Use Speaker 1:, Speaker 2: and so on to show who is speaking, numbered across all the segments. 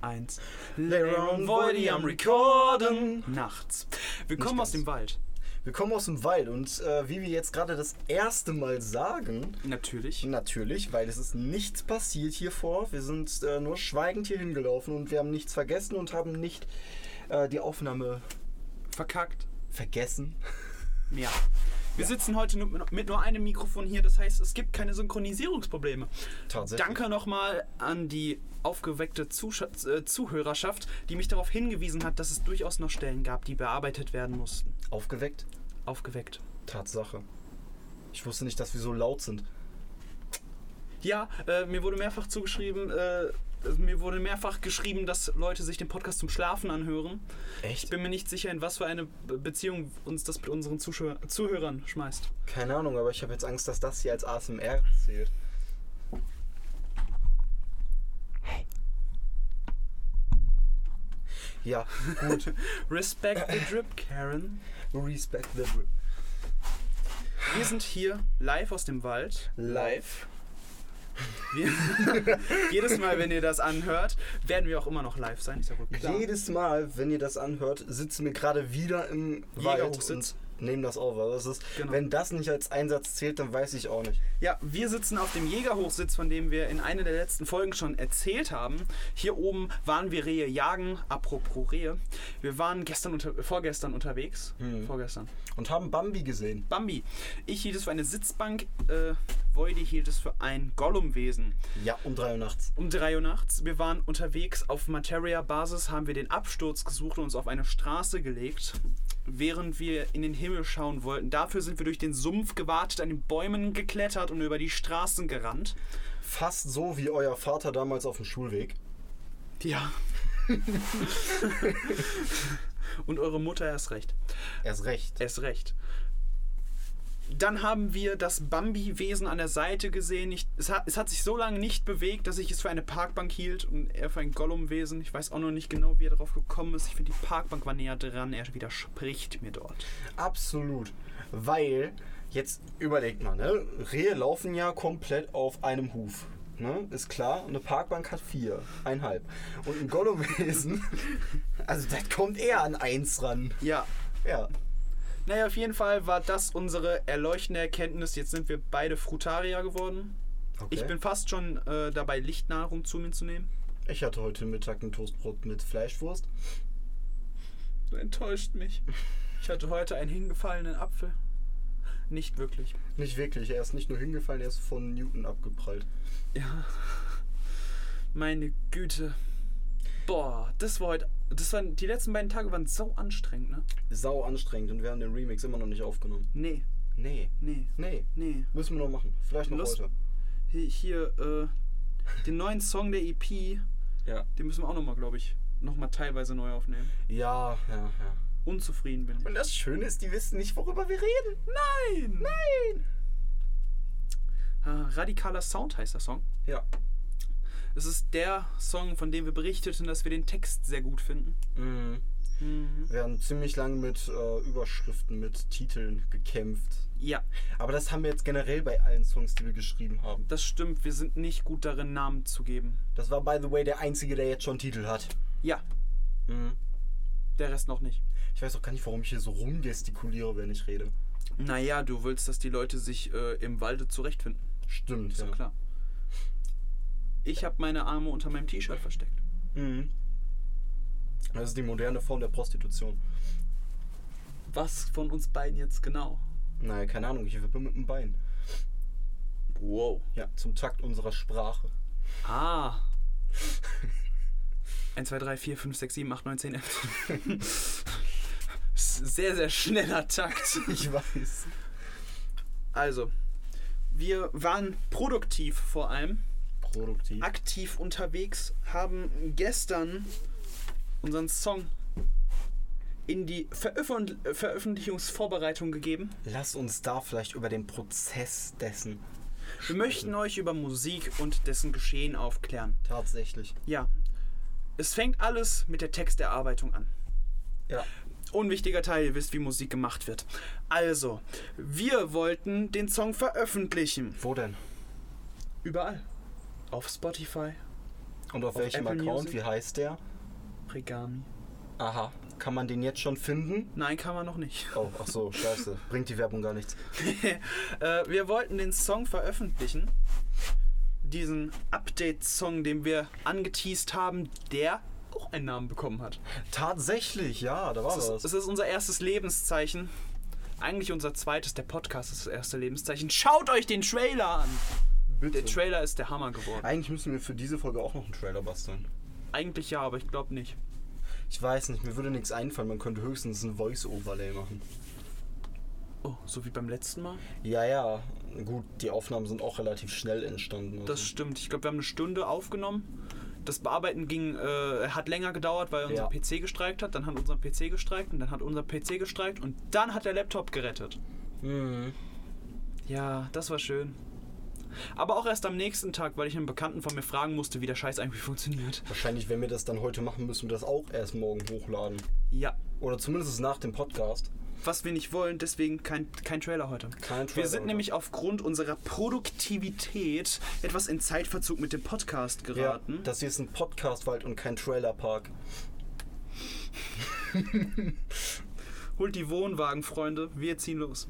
Speaker 1: eins.
Speaker 2: Later on, Voidy, am Recorden.
Speaker 1: Nachts. Wir
Speaker 2: Nicht
Speaker 1: kommen aus
Speaker 2: ganz.
Speaker 1: dem Wald.
Speaker 2: Wir kommen aus dem Wald und äh, wie wir jetzt gerade das erste Mal sagen,
Speaker 1: Natürlich.
Speaker 2: natürlich, weil es ist nichts passiert hier vor. Wir sind äh, nur schweigend hier hingelaufen und wir haben nichts vergessen und haben nicht äh, die Aufnahme
Speaker 1: Verkackt.
Speaker 2: vergessen.
Speaker 1: Ja. Wir sitzen heute nur, mit nur einem Mikrofon hier, das heißt, es gibt keine Synchronisierungsprobleme.
Speaker 2: Tatsächlich.
Speaker 1: Danke nochmal an die aufgeweckte Zusch äh, Zuhörerschaft, die mich darauf hingewiesen hat, dass es durchaus noch Stellen gab, die bearbeitet werden mussten.
Speaker 2: Aufgeweckt?
Speaker 1: Aufgeweckt.
Speaker 2: Tatsache. Ich wusste nicht, dass wir so laut sind.
Speaker 1: Ja, äh, mir wurde mehrfach zugeschrieben, äh, mir wurde mehrfach geschrieben, dass Leute sich den Podcast zum Schlafen anhören. Ich
Speaker 2: Echt?
Speaker 1: bin mir nicht sicher, in was für eine Be- Beziehung uns das mit unseren Zuschau- Zuhörern schmeißt.
Speaker 2: Keine Ahnung, aber ich habe jetzt Angst, dass das hier als ASMR zählt. Hey. Ja, gut.
Speaker 1: Respect the drip, Karen.
Speaker 2: Respect the Drip.
Speaker 1: Wir sind hier live aus dem Wald.
Speaker 2: Live.
Speaker 1: Wir, jedes Mal, wenn ihr das anhört, werden wir auch immer noch live sein. Ist ja wohl klar.
Speaker 2: Jedes Mal, wenn ihr das anhört, sitzen wir gerade wieder im Wald
Speaker 1: Jägerhochsitz.
Speaker 2: und nehmen das auf. Also das ist,
Speaker 1: Genau.
Speaker 2: Wenn das nicht als Einsatz zählt, dann weiß ich auch nicht.
Speaker 1: Ja, wir sitzen auf dem Jägerhochsitz, von dem wir in einer der letzten Folgen schon erzählt haben. Hier oben waren wir Rehe jagen. Apropos Rehe. Wir waren gestern unter, vorgestern unterwegs.
Speaker 2: Hm.
Speaker 1: Vorgestern.
Speaker 2: Und haben Bambi gesehen.
Speaker 1: Bambi. Ich hielt es für eine Sitzbank. Äh, Voidy hielt es für ein Gollumwesen.
Speaker 2: Ja, um 3 Uhr nachts.
Speaker 1: Um 3 Uhr nachts, wir waren unterwegs auf Materia-Basis, haben wir den Absturz gesucht und uns auf eine Straße gelegt, während wir in den Himmel schauen wollten. Dafür sind wir durch den Sumpf gewartet, an den Bäumen geklettert und über die Straßen gerannt.
Speaker 2: Fast so wie euer Vater damals auf dem Schulweg.
Speaker 1: Ja. und eure Mutter erst recht.
Speaker 2: Erst recht.
Speaker 1: Erst recht. Dann haben wir das Bambi-Wesen an der Seite gesehen. Ich, es, hat, es hat sich so lange nicht bewegt, dass ich es für eine Parkbank hielt und er für ein Gollum-Wesen. Ich weiß auch noch nicht genau, wie er darauf gekommen ist. Ich finde, die Parkbank war näher dran. Er widerspricht mir dort.
Speaker 2: Absolut. Weil, jetzt überlegt mal, ne? Rehe laufen ja komplett auf einem Huf. Ne? Ist klar, eine Parkbank hat vier, einhalb. Und ein Gollumwesen, also das kommt eher an eins ran.
Speaker 1: Ja.
Speaker 2: Ja.
Speaker 1: Naja, auf jeden Fall war das unsere erleuchtende Erkenntnis. Jetzt sind wir beide Frutarier geworden.
Speaker 2: Okay.
Speaker 1: Ich bin fast schon äh, dabei, Lichtnahrung zu mir zu nehmen.
Speaker 2: ich hatte heute Mittag ein Toastbrot mit Fleischwurst.
Speaker 1: Du enttäuscht mich. Ich hatte heute einen hingefallenen Apfel. Nicht wirklich.
Speaker 2: Nicht wirklich, er ist nicht nur hingefallen, er ist von Newton abgeprallt.
Speaker 1: Ja. Meine Güte. Boah, das war heute. Das waren, die letzten beiden Tage waren so anstrengend, ne?
Speaker 2: Sau anstrengend und wir haben den Remix immer noch nicht aufgenommen.
Speaker 1: Nee,
Speaker 2: Nee,
Speaker 1: nee,
Speaker 2: nee,
Speaker 1: nee.
Speaker 2: müssen wir noch machen. Vielleicht noch
Speaker 1: Lust-
Speaker 2: heute.
Speaker 1: Hier, hier äh, den neuen Song der EP,
Speaker 2: Ja.
Speaker 1: den müssen wir auch nochmal, glaube ich, nochmal teilweise neu aufnehmen.
Speaker 2: Ja, ja, ja.
Speaker 1: Unzufrieden bin ich.
Speaker 2: Und das Schöne ist, die wissen nicht, worüber wir reden.
Speaker 1: Nein!
Speaker 2: Nein!
Speaker 1: Ah, Radikaler Sound heißt der Song.
Speaker 2: Ja.
Speaker 1: Es ist der Song, von dem wir berichteten, dass wir den Text sehr gut finden.
Speaker 2: Mhm. Wir haben ziemlich lange mit äh, Überschriften, mit Titeln gekämpft.
Speaker 1: Ja,
Speaker 2: Aber das haben wir jetzt generell bei allen Songs, die wir geschrieben haben.
Speaker 1: das stimmt. Wir sind nicht gut darin, Namen zu geben.
Speaker 2: Das war, by the way, der einzige, der jetzt schon Titel hat.
Speaker 1: Ja,
Speaker 2: Mhm.
Speaker 1: der Rest noch nicht.
Speaker 2: Ich weiß auch gar nicht, warum ich hier so rumgestikuliere, wenn ich rede.
Speaker 1: Naja, du willst, dass die Leute sich äh, im Walde zurechtfinden.
Speaker 2: Stimmt,
Speaker 1: Ist
Speaker 2: ja.
Speaker 1: doch klar. Ich habe meine Arme unter meinem T-Shirt versteckt.
Speaker 2: Mhm. Das ist die moderne Form der Prostitution.
Speaker 1: Was von uns beiden jetzt genau?
Speaker 2: Naja, keine Ahnung, ich wippe mit dem Bein.
Speaker 1: Wow.
Speaker 2: Ja, zum Takt unserer Sprache.
Speaker 1: Ah. 1, 2, 3, 4, 5, 6, 7, 8, 9, 10, 11. Sehr, sehr schneller Takt.
Speaker 2: Ich weiß.
Speaker 1: Also, wir waren produktiv vor allem.
Speaker 2: Produktiv.
Speaker 1: aktiv unterwegs, haben gestern unseren Song in die Veröffent äh, Veröffentlichungsvorbereitung gegeben.
Speaker 2: Lass uns da vielleicht über den Prozess dessen.
Speaker 1: Wir möchten euch über Musik und dessen Geschehen aufklären.
Speaker 2: Tatsächlich.
Speaker 1: Ja, es fängt alles mit der Texterarbeitung an.
Speaker 2: Ja.
Speaker 1: Unwichtiger Teil, ihr wisst, wie Musik gemacht wird. Also, wir wollten den Song veröffentlichen.
Speaker 2: Wo denn?
Speaker 1: Überall. Auf Spotify,
Speaker 2: Und auf,
Speaker 1: Auf
Speaker 2: welchem
Speaker 1: Apple
Speaker 2: Account,
Speaker 1: Music?
Speaker 2: wie heißt der?
Speaker 1: Regami.
Speaker 2: Aha. Kann man den jetzt schon finden?
Speaker 1: Nein, kann man noch nicht.
Speaker 2: Oh, ach so, scheiße. Bringt die Werbung gar nichts.
Speaker 1: äh, wir wollten den Song veröffentlichen. Diesen Update-Song, den wir angeteased haben, der auch einen Namen bekommen hat.
Speaker 2: Tatsächlich, ja, da war
Speaker 1: Es ist,
Speaker 2: was.
Speaker 1: es ist unser erstes Lebenszeichen. Eigentlich unser zweites, der Podcast ist das erste Lebenszeichen. Schaut euch den Trailer an!
Speaker 2: Bitte.
Speaker 1: Der Trailer ist der Hammer geworden.
Speaker 2: Eigentlich müssen wir für diese Folge auch noch einen Trailer basteln.
Speaker 1: Eigentlich ja, aber ich glaube nicht.
Speaker 2: Ich weiß nicht, mir würde nichts einfallen. Man könnte höchstens ein Voice-Overlay machen.
Speaker 1: Oh, so wie beim letzten Mal?
Speaker 2: Ja, ja. Gut, die Aufnahmen sind auch relativ schnell entstanden. also.
Speaker 1: Das stimmt. Ich glaube, wir haben eine Stunde aufgenommen. Das Bearbeiten ging, äh, hat länger gedauert, weil unser
Speaker 2: Ja.
Speaker 1: PC gestreikt hat. Dann hat unser PC gestreikt und dann hat unser PC gestreikt und dann hat der Laptop gerettet.
Speaker 2: Mhm.
Speaker 1: Ja, das war schön. Aber auch erst am nächsten Tag, weil ich einen Bekannten von mir fragen musste, wie der Scheiß eigentlich funktioniert.
Speaker 2: Wahrscheinlich, wenn wir das dann heute machen, müssen wir das auch erst morgen hochladen.
Speaker 1: Ja.
Speaker 2: Oder zumindest nach dem Podcast.
Speaker 1: Was wir nicht wollen, deswegen kein, kein Trailer heute.
Speaker 2: Kein Trailer
Speaker 1: wir sind
Speaker 2: heute.
Speaker 1: nämlich aufgrund unserer Produktivität etwas in Zeitverzug mit dem Podcast geraten.
Speaker 2: Ja, das hier ist ein Podcastwald und kein Trailerpark.
Speaker 1: Holt die Wohnwagen, Freunde. Wir ziehen los.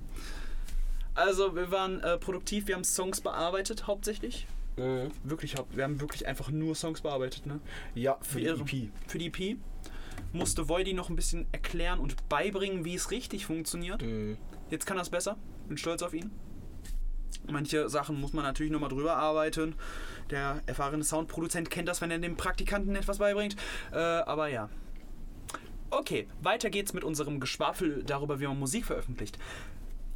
Speaker 1: Also, wir waren äh, produktiv. Wir haben Songs bearbeitet, hauptsächlich.
Speaker 2: Mhm.
Speaker 1: Wirklich, haupt- wir haben wirklich einfach nur Songs bearbeitet, ne?
Speaker 2: Ja, für E
Speaker 1: Wie irre.
Speaker 2: die EP.
Speaker 1: Für die EP musste Voidy noch ein bisschen erklären und beibringen, wie es richtig funktioniert.
Speaker 2: Mhm.
Speaker 1: Jetzt kann er es besser. Bin stolz auf ihn. Manche Sachen muss man natürlich nochmal drüber arbeiten. Der erfahrene Soundproduzent kennt das, wenn er dem Praktikanten etwas beibringt. Äh, aber ja. Okay, weiter geht's mit unserem Geschwafel darüber, wie man Musik veröffentlicht.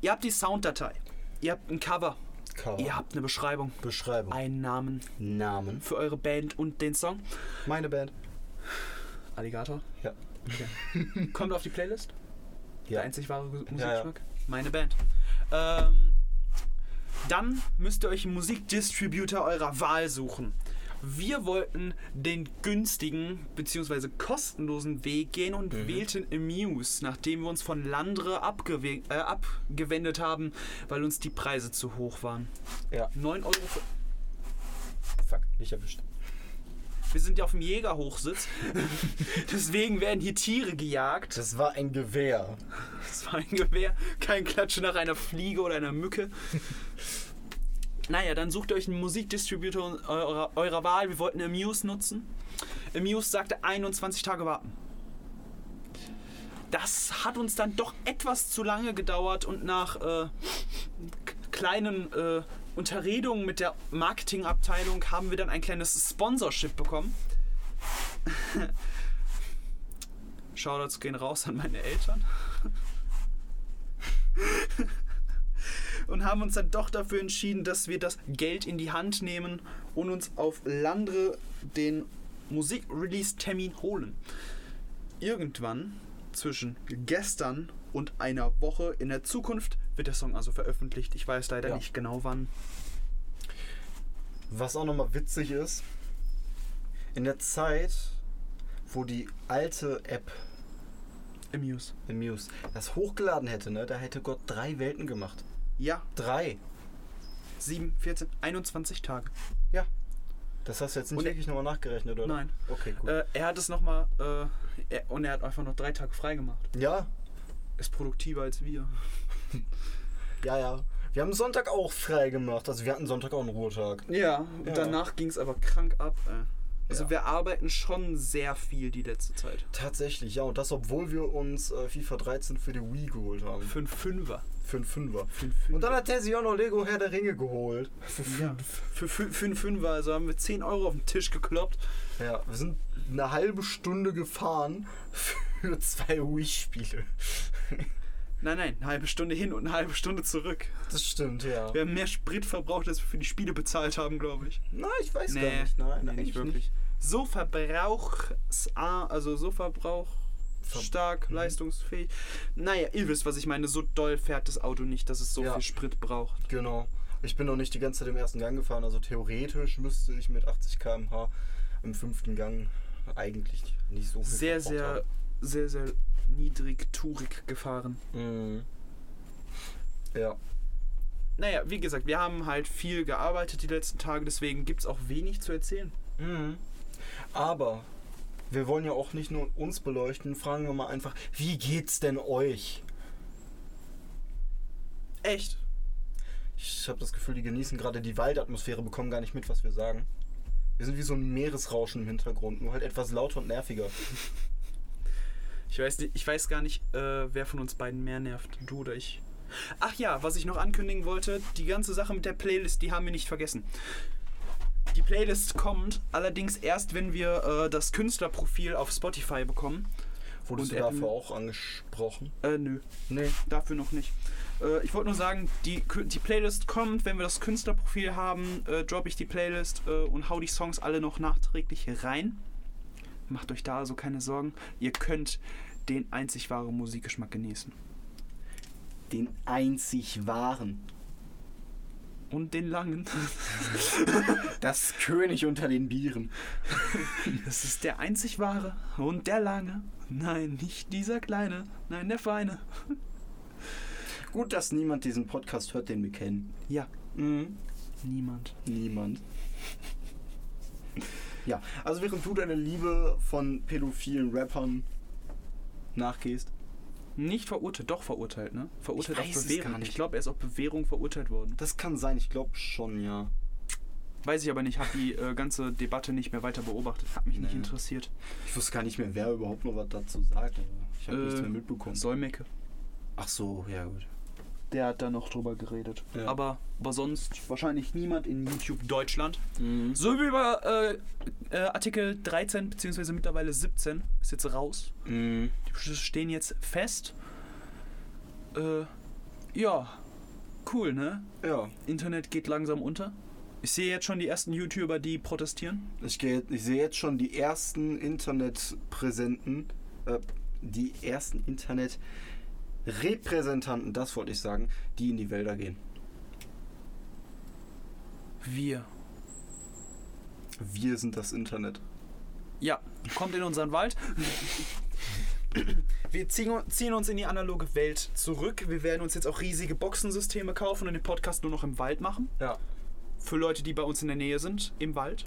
Speaker 1: Ihr habt die Sounddatei. Ihr habt ein Cover.
Speaker 2: Cover.
Speaker 1: Ihr habt eine Beschreibung.
Speaker 2: Beschreibung.
Speaker 1: Einen Namen
Speaker 2: Namen.
Speaker 1: für eure Band und den Song.
Speaker 2: Meine Band.
Speaker 1: Alligator.
Speaker 2: Ja.
Speaker 1: Kommt auf die Playlist.
Speaker 2: Ja.
Speaker 1: Der einzig wahre Mus-
Speaker 2: Ja, ja.
Speaker 1: Musikgeschmack? Meine Band. Ähm, dann müsst ihr euch einen Musikdistributor eurer Wahl suchen. Wir wollten den günstigen bzw. kostenlosen Weg gehen und
Speaker 2: Mhm.
Speaker 1: wählten Amuse, nachdem wir uns von Landre abgewe- äh, abgewendet haben, weil uns die Preise zu hoch waren.
Speaker 2: ja.
Speaker 1: 9 Euro für
Speaker 2: Fuck, nicht erwischt.
Speaker 1: wir sind ja auf dem Jägerhochsitz, deswegen werden hier Tiere gejagt.
Speaker 2: Das war ein Gewehr.
Speaker 1: Das war ein Gewehr, kein Klatschen nach einer Fliege oder einer Mücke. naja, dann sucht euch einen Musikdistributor eurer, eurer Wahl. Wir wollten Amuse nutzen. Amuse sagte 21 Tage warten. Das hat uns dann doch etwas zu lange gedauert und nach äh, k- kleinen äh, Unterredungen mit der Marketingabteilung haben wir dann ein kleines Sponsorship bekommen. Shoutouts gehen raus an meine Eltern. und haben uns dann doch dafür entschieden, dass wir das Geld in die Hand nehmen und uns auf Landre den Musikrelease-Termin holen. Irgendwann zwischen gestern und einer Woche in der Zukunft wird der Song also veröffentlicht. Ich weiß leider
Speaker 2: Ja.
Speaker 1: nicht genau wann.
Speaker 2: Was auch nochmal witzig ist, in der Zeit, wo die alte App
Speaker 1: Amuse.
Speaker 2: Amuse das hochgeladen hätte, ne, da hätte Gott drei Welten gemacht.
Speaker 1: Ja,
Speaker 2: Drei.
Speaker 1: 7, 14, 21 Tage.
Speaker 2: Ja. Das hast du jetzt nicht
Speaker 1: Und-
Speaker 2: wirklich nochmal nachgerechnet, oder?
Speaker 1: Nein.
Speaker 2: Okay, gut.
Speaker 1: Äh, er hat es nochmal äh, er- und er hat einfach noch drei Tage frei gemacht.
Speaker 2: ja,
Speaker 1: Ist produktiver als wir.
Speaker 2: ja, ja. Wir haben Sonntag auch frei gemacht. Also wir hatten Sonntag auch einen Ruhetag.
Speaker 1: Ja, und
Speaker 2: Ja.
Speaker 1: danach ging es aber krank ab. Ey. Also
Speaker 2: Ja.
Speaker 1: wir arbeiten schon sehr viel die letzte Zeit.
Speaker 2: Tatsächlich, ja. Und das, obwohl wir uns äh, FIFA 13 für die Wii geholt haben.
Speaker 1: Für einen Fünfer.
Speaker 2: Für einen Fünfer.
Speaker 1: Für einen Fünfer.
Speaker 2: Und dann hat der sich auch noch Lego Herr der Ringe geholt.
Speaker 1: ja. für, für, für einen Fünfer, also haben wir 10 Euro auf den Tisch gekloppt.
Speaker 2: Ja, wir sind eine halbe Stunde gefahren für zwei Wii-Spiele.
Speaker 1: Nein, nein, eine halbe Stunde hin und eine halbe Stunde zurück.
Speaker 2: Das stimmt, ja.
Speaker 1: Wir haben mehr Sprit verbraucht, als wir für die Spiele bezahlt haben, glaube ich.
Speaker 2: Na, ich weiß gar nicht. Nein,
Speaker 1: nee, nicht
Speaker 2: eigentlich
Speaker 1: wirklich. So verbrauchs, also so verbrauchstark, leistungsfähig. Naja, ihr wisst, was ich meine. So doll fährt das Auto nicht, dass es so
Speaker 2: Ja.
Speaker 1: viel Sprit braucht.
Speaker 2: Genau. Ich bin noch nicht die ganze Zeit im ersten Gang gefahren, also theoretisch müsste ich mit 80 km/h im fünften Gang eigentlich nicht so viel
Speaker 1: sehr, sehr,
Speaker 2: verbraucht
Speaker 1: sehr, sehr niedrig, tourig gefahren.
Speaker 2: haben. Mhm. Ja,
Speaker 1: Naja, wie gesagt, wir haben halt viel gearbeitet die letzten Tage, deswegen gibt es auch wenig zu erzählen.
Speaker 2: Mhm. Aber wir wollen ja auch nicht nur uns beleuchten, fragen wir mal einfach, wie geht's denn euch?
Speaker 1: Echt?
Speaker 2: Ich habe das Gefühl, die genießen gerade die Waldatmosphäre, bekommen gar nicht mit, was wir sagen. Wir sind wie so ein Meeresrauschen im Hintergrund, nur halt etwas lauter und nerviger.
Speaker 1: Ich weiß, nicht- ich weiß gar nicht, äh, wer von uns beiden mehr nervt. Du oder ich. Ach ja, was ich noch ankündigen wollte, die ganze Sache mit der Playlist, die haben wir nicht vergessen. Die Playlist kommt allerdings erst, wenn wir äh, das Künstlerprofil auf Spotify bekommen.
Speaker 2: Wurdest
Speaker 1: Und
Speaker 2: du
Speaker 1: Apple-
Speaker 2: dafür auch angesprochen?
Speaker 1: Äh, nö,
Speaker 2: Nee.
Speaker 1: dafür noch nicht. Äh, ich wollte nur sagen, die, Kü- die Playlist kommt, wenn wir das Künstlerprofil haben, äh, droppe ich die Playlist äh, und hau die Songs alle noch nachträglich rein. Macht euch da also keine Sorgen. Ihr könnt den einzig wahren Musikgeschmack genießen.
Speaker 2: Den einzig wahren.
Speaker 1: Und den langen.
Speaker 2: Das König unter den Bieren.
Speaker 1: Das ist der einzig wahre und der lange. Nein, nicht dieser kleine. Nein, der feine.
Speaker 2: Gut, dass niemand diesen Podcast hört, den wir kennen.
Speaker 1: Ja,
Speaker 2: Mhm.
Speaker 1: niemand.
Speaker 2: Niemand. Ja, also während du deiner Liebe von pädophilen Rappern nachgehst.
Speaker 1: Nicht verurteilt, doch verurteilt, ne? Verurteilt
Speaker 2: Ich weiß
Speaker 1: auf
Speaker 2: es
Speaker 1: Bewährung.
Speaker 2: gar nicht.
Speaker 1: Ich glaube, er ist auf Bewährung verurteilt worden.
Speaker 2: Das kann sein, ich glaube schon, ja.
Speaker 1: Weiß ich aber nicht, habe die äh, ganze Debatte nicht mehr weiter beobachtet. Hat mich nicht
Speaker 2: Nee.
Speaker 1: interessiert.
Speaker 2: Ich wusste gar nicht mehr, wer überhaupt noch was dazu sagt. aber Ich habe
Speaker 1: Äh,
Speaker 2: nichts mehr mitbekommen.
Speaker 1: Solmecke.
Speaker 2: Ach so, ja gut.
Speaker 1: Der hat da noch drüber geredet.
Speaker 2: Ja.
Speaker 1: Aber, aber sonst wahrscheinlich niemand in YouTube Deutschland. So wie über äh, äh, Artikel 13 bzw. mittlerweile 17 ist jetzt raus.
Speaker 2: Mhm.
Speaker 1: Die Beschlüsse stehen jetzt fest. Äh, ja, cool, ne?
Speaker 2: Ja,
Speaker 1: Internet geht langsam unter. Ich sehe jetzt schon die ersten YouTuber, die protestieren.
Speaker 2: ich, geh- ich sehe jetzt schon die ersten Internetpräsenten, äh, die ersten Internetrepräsentanten, das wollte ich sagen, die in die Wälder gehen.
Speaker 1: Wir.
Speaker 2: Wir sind das Internet.
Speaker 1: Ja, kommt in unseren Wald. Wir ziehen, ziehen uns in die analoge Welt zurück. Wir werden uns jetzt auch riesige Boxensysteme kaufen und den Podcast nur noch im Wald machen.
Speaker 2: Ja.
Speaker 1: Für Leute, die bei uns in der Nähe sind, im Wald.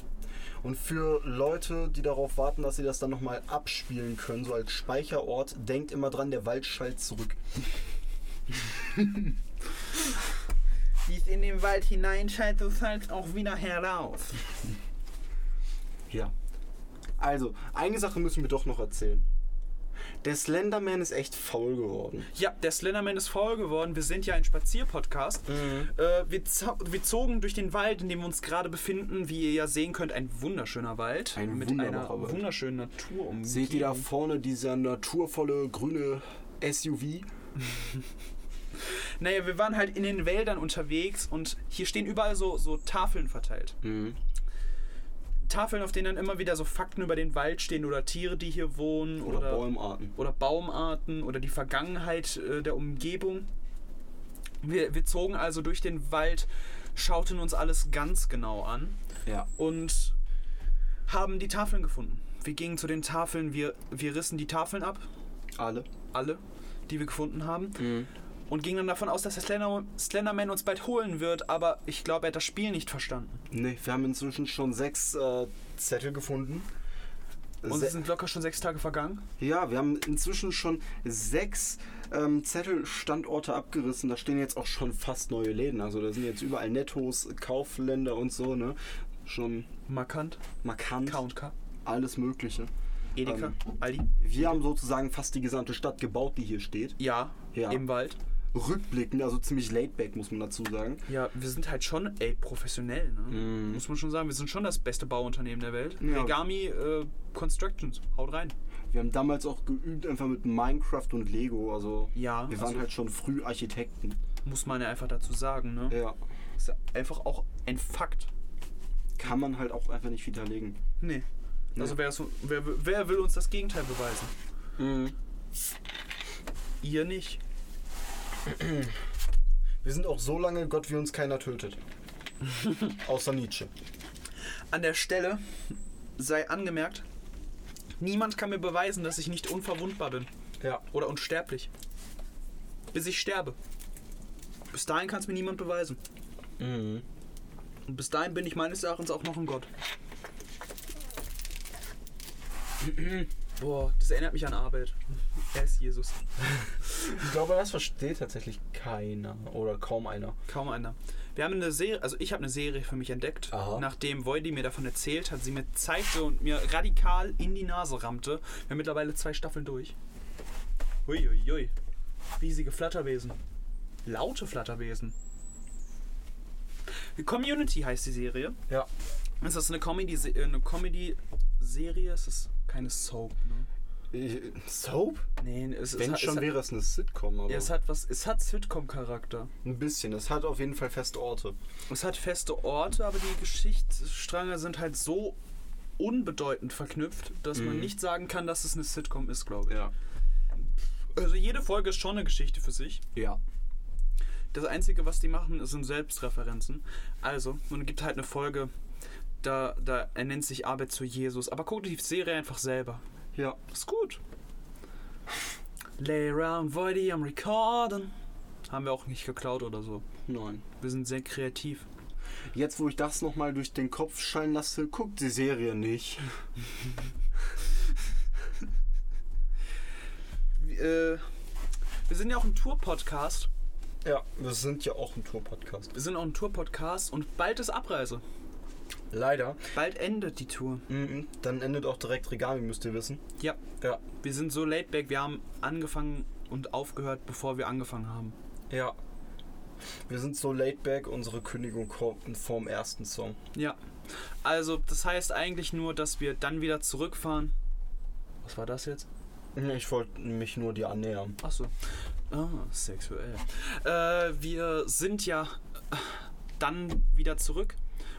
Speaker 2: Und für Leute, die darauf warten, dass sie das dann nochmal abspielen können, so als Speicherort, denkt immer dran, der Wald schallt zurück.
Speaker 1: Wie es in den Wald hineinschallt, es halt auch wieder heraus.
Speaker 2: Ja. Also, eine Sache müssen wir doch noch erzählen. Der Slenderman ist echt faul geworden.
Speaker 1: Ja, der Slenderman ist faul geworden. Wir sind ja ein Spazierpodcast. Äh, wir, zo- wir zogen durch den Wald, in dem wir uns gerade befinden. Wie ihr ja sehen könnt, ein wunderschöner Wald.
Speaker 2: Ein
Speaker 1: mit
Speaker 2: wunderbarer
Speaker 1: einer
Speaker 2: Wald.
Speaker 1: wunderschönen Natur um.
Speaker 2: Seht ihr da vorne dieser naturvolle grüne SUV?
Speaker 1: Naja, wir waren halt in den Wäldern unterwegs und hier stehen überall so, so Tafeln verteilt. Tafeln, auf denen dann immer wieder so Fakten über den Wald stehen oder Tiere, die hier wohnen
Speaker 2: Oder,
Speaker 1: oder,
Speaker 2: Bäumarten.
Speaker 1: oder Baumarten oder die Vergangenheit äh, der Umgebung. Wir, wir zogen also durch den Wald, schauten uns alles ganz genau an
Speaker 2: Ja.
Speaker 1: und haben die Tafeln gefunden. Wir gingen zu den Tafeln, wir, wir rissen die Tafeln ab,
Speaker 2: Alle.
Speaker 1: alle, die wir gefunden haben.
Speaker 2: Mhm.
Speaker 1: Und ging dann davon aus, dass der Slender Slenderman uns bald holen wird, aber ich glaube, er hat das Spiel nicht verstanden.
Speaker 2: Ne, wir haben inzwischen schon sechs äh, Zettel gefunden.
Speaker 1: Und
Speaker 2: Se-
Speaker 1: es sind locker schon sechs Tage vergangen.
Speaker 2: Ja, wir haben inzwischen schon sechs ähm, Zettelstandorte abgerissen. Da stehen jetzt auch schon fast neue Läden. Also da sind jetzt überall Nettos, Kaufländer und so, ne? Schon
Speaker 1: Markant,
Speaker 2: markant.
Speaker 1: K&K,
Speaker 2: Alles Mögliche.
Speaker 1: Edeka,
Speaker 2: Ähm.
Speaker 1: Aldi.
Speaker 2: Wir haben sozusagen fast die gesamte Stadt gebaut, die hier steht.
Speaker 1: Ja,
Speaker 2: Ja.
Speaker 1: im Wald.
Speaker 2: Rückblickend, also ziemlich laidback, muss man dazu sagen.
Speaker 1: Ja, wir sind halt schon, ey, professionell, ne? Muss man schon sagen, wir sind schon das beste Bauunternehmen der Welt.
Speaker 2: Mhm. Ja.
Speaker 1: Regami äh, Constructions, haut rein.
Speaker 2: Wir haben damals auch geübt, einfach mit Minecraft und Lego. Also
Speaker 1: Ja,
Speaker 2: wir waren
Speaker 1: also-
Speaker 2: halt schon früh Architekten.
Speaker 1: Muss man ja einfach dazu sagen, ne?
Speaker 2: Ja.
Speaker 1: Ist ja einfach auch ein Fakt.
Speaker 2: Kann man halt auch einfach nicht widerlegen.
Speaker 1: Nee. Also wer, ist, wer, wer will uns das Gegenteil beweisen?
Speaker 2: Mhm.
Speaker 1: Ihr nicht.
Speaker 2: Wir sind auch so lange Gott, wie uns keiner tötet. Außer Nietzsche.
Speaker 1: An der Stelle sei angemerkt, niemand kann mir beweisen, dass ich nicht unverwundbar bin
Speaker 2: Ja.
Speaker 1: oder unsterblich. Bis ich sterbe. Bis dahin kann es mir niemand beweisen.
Speaker 2: Mhm.
Speaker 1: Und bis dahin bin ich meines Erachtens auch noch ein Gott. Boah, das erinnert mich an Arbeit. Er ist Jesus.
Speaker 2: Ich glaube, das versteht tatsächlich keiner oder kaum einer.
Speaker 1: Kaum einer. Wir haben eine Serie, also ich habe eine Serie für mich entdeckt,
Speaker 2: Aha.
Speaker 1: nachdem Voidy mir davon erzählt hat, sie mir zeigte und mir radikal in die Nase rammte. Wir haben mittlerweile zwei Staffeln durch. Huiuiui. Riesige Flatterwesen. Laute Flatterwesen. Community heißt die Serie.
Speaker 2: Ja.
Speaker 1: Ist das eine Comedy, äh, eine Comedy-Serie? Es ist keine Soap, ne?
Speaker 2: Äh, Soap?
Speaker 1: Nee, es, es,
Speaker 2: Wenn
Speaker 1: hat,
Speaker 2: schon
Speaker 1: es,
Speaker 2: wäre es eine Sitcom, aber
Speaker 1: hat, ja, es hat was. Es hat Sitcom-Charakter.
Speaker 2: ein bisschen. Es hat auf jeden Fall feste Orte.
Speaker 1: Es hat feste Orte, aber die Geschichtsstränge sind halt so unbedeutend verknüpft, dass man
Speaker 2: Mhm.
Speaker 1: nicht sagen kann, dass es eine Sitcom ist, glaube ich.
Speaker 2: Ja.
Speaker 1: Also jede Folge ist schon eine Geschichte für sich.
Speaker 2: Ja.
Speaker 1: Das Einzige, was die machen, sind Selbstreferenzen. Also, man gibt halt eine Folge, da, da er nennt sich Arbeit zu Jesus. Aber guck die Serie einfach selber.
Speaker 2: Ja.
Speaker 1: Ist gut. Lay around, Voidy, I'm recording. Haben wir auch nicht geklaut oder so.
Speaker 2: Nein.
Speaker 1: Wir sind sehr kreativ.
Speaker 2: Jetzt, wo ich das nochmal durch den Kopf scheinen lasse, guckt die Serie nicht.
Speaker 1: Äh, wir sind ja auch ein Tour-Podcast.
Speaker 2: Ja, wir sind ja auch ein Tour-Podcast.
Speaker 1: Wir sind auch ein Tour-Podcast und bald ist Abreise.
Speaker 2: Leider.
Speaker 1: Bald endet die Tour.
Speaker 2: Mhm. Dann endet auch direkt Regami, müsst ihr wissen.
Speaker 1: Ja,
Speaker 2: Ja.
Speaker 1: wir sind so laid back. Wir haben angefangen und aufgehört, bevor wir angefangen haben.
Speaker 2: Ja. Wir sind so laid back, unsere Kündigung kommt vorm ersten Song.
Speaker 1: Ja. Also, das heißt eigentlich nur, dass wir dann wieder zurückfahren. Was war das jetzt?
Speaker 2: Ich wollte mich nur dir annähern.
Speaker 1: Achso. Ah, sexuell. Äh, wir sind ja äh, dann wieder zurück.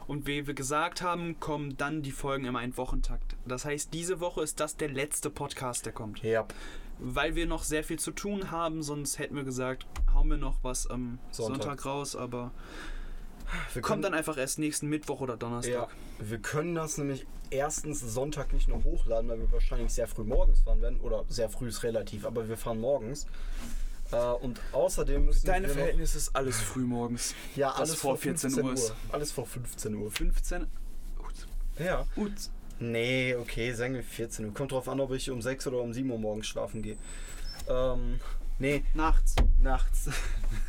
Speaker 1: Und wie wir gesagt haben, kommen dann die Folgen immer in Wochentakt. Das heißt, diese Woche ist das der letzte Podcast, der kommt.
Speaker 2: Ja.
Speaker 1: Weil wir noch sehr viel zu tun haben, sonst hätten wir gesagt, hauen wir noch was am
Speaker 2: Sonntag.
Speaker 1: Sonntag, raus, aber
Speaker 2: Wir
Speaker 1: kommt dann einfach erst nächsten Mittwoch oder Donnerstag.
Speaker 2: Ja, wir können das nämlich erstens Sonntag nicht noch hochladen, weil wir wahrscheinlich sehr früh morgens fahren werden. Oder sehr früh ist relativ, aber wir fahren morgens. Äh, und außerdem müssen
Speaker 1: Deine
Speaker 2: wir. noch-
Speaker 1: Verhältnisse ist alles frühmorgens.
Speaker 2: Ja,
Speaker 1: das
Speaker 2: alles vor
Speaker 1: vor 14
Speaker 2: 14 Uhr.
Speaker 1: Uhr ist.
Speaker 2: Alles vor 15 Uhr.
Speaker 1: 15.
Speaker 2: Ja.
Speaker 1: Uts.
Speaker 2: Nee, okay, sagen wir 14 Uhr. Kommt drauf an, ob ich um 6 oder um 7 Uhr morgens schlafen gehe. Ähm, nee,
Speaker 1: Nachts.
Speaker 2: nachts.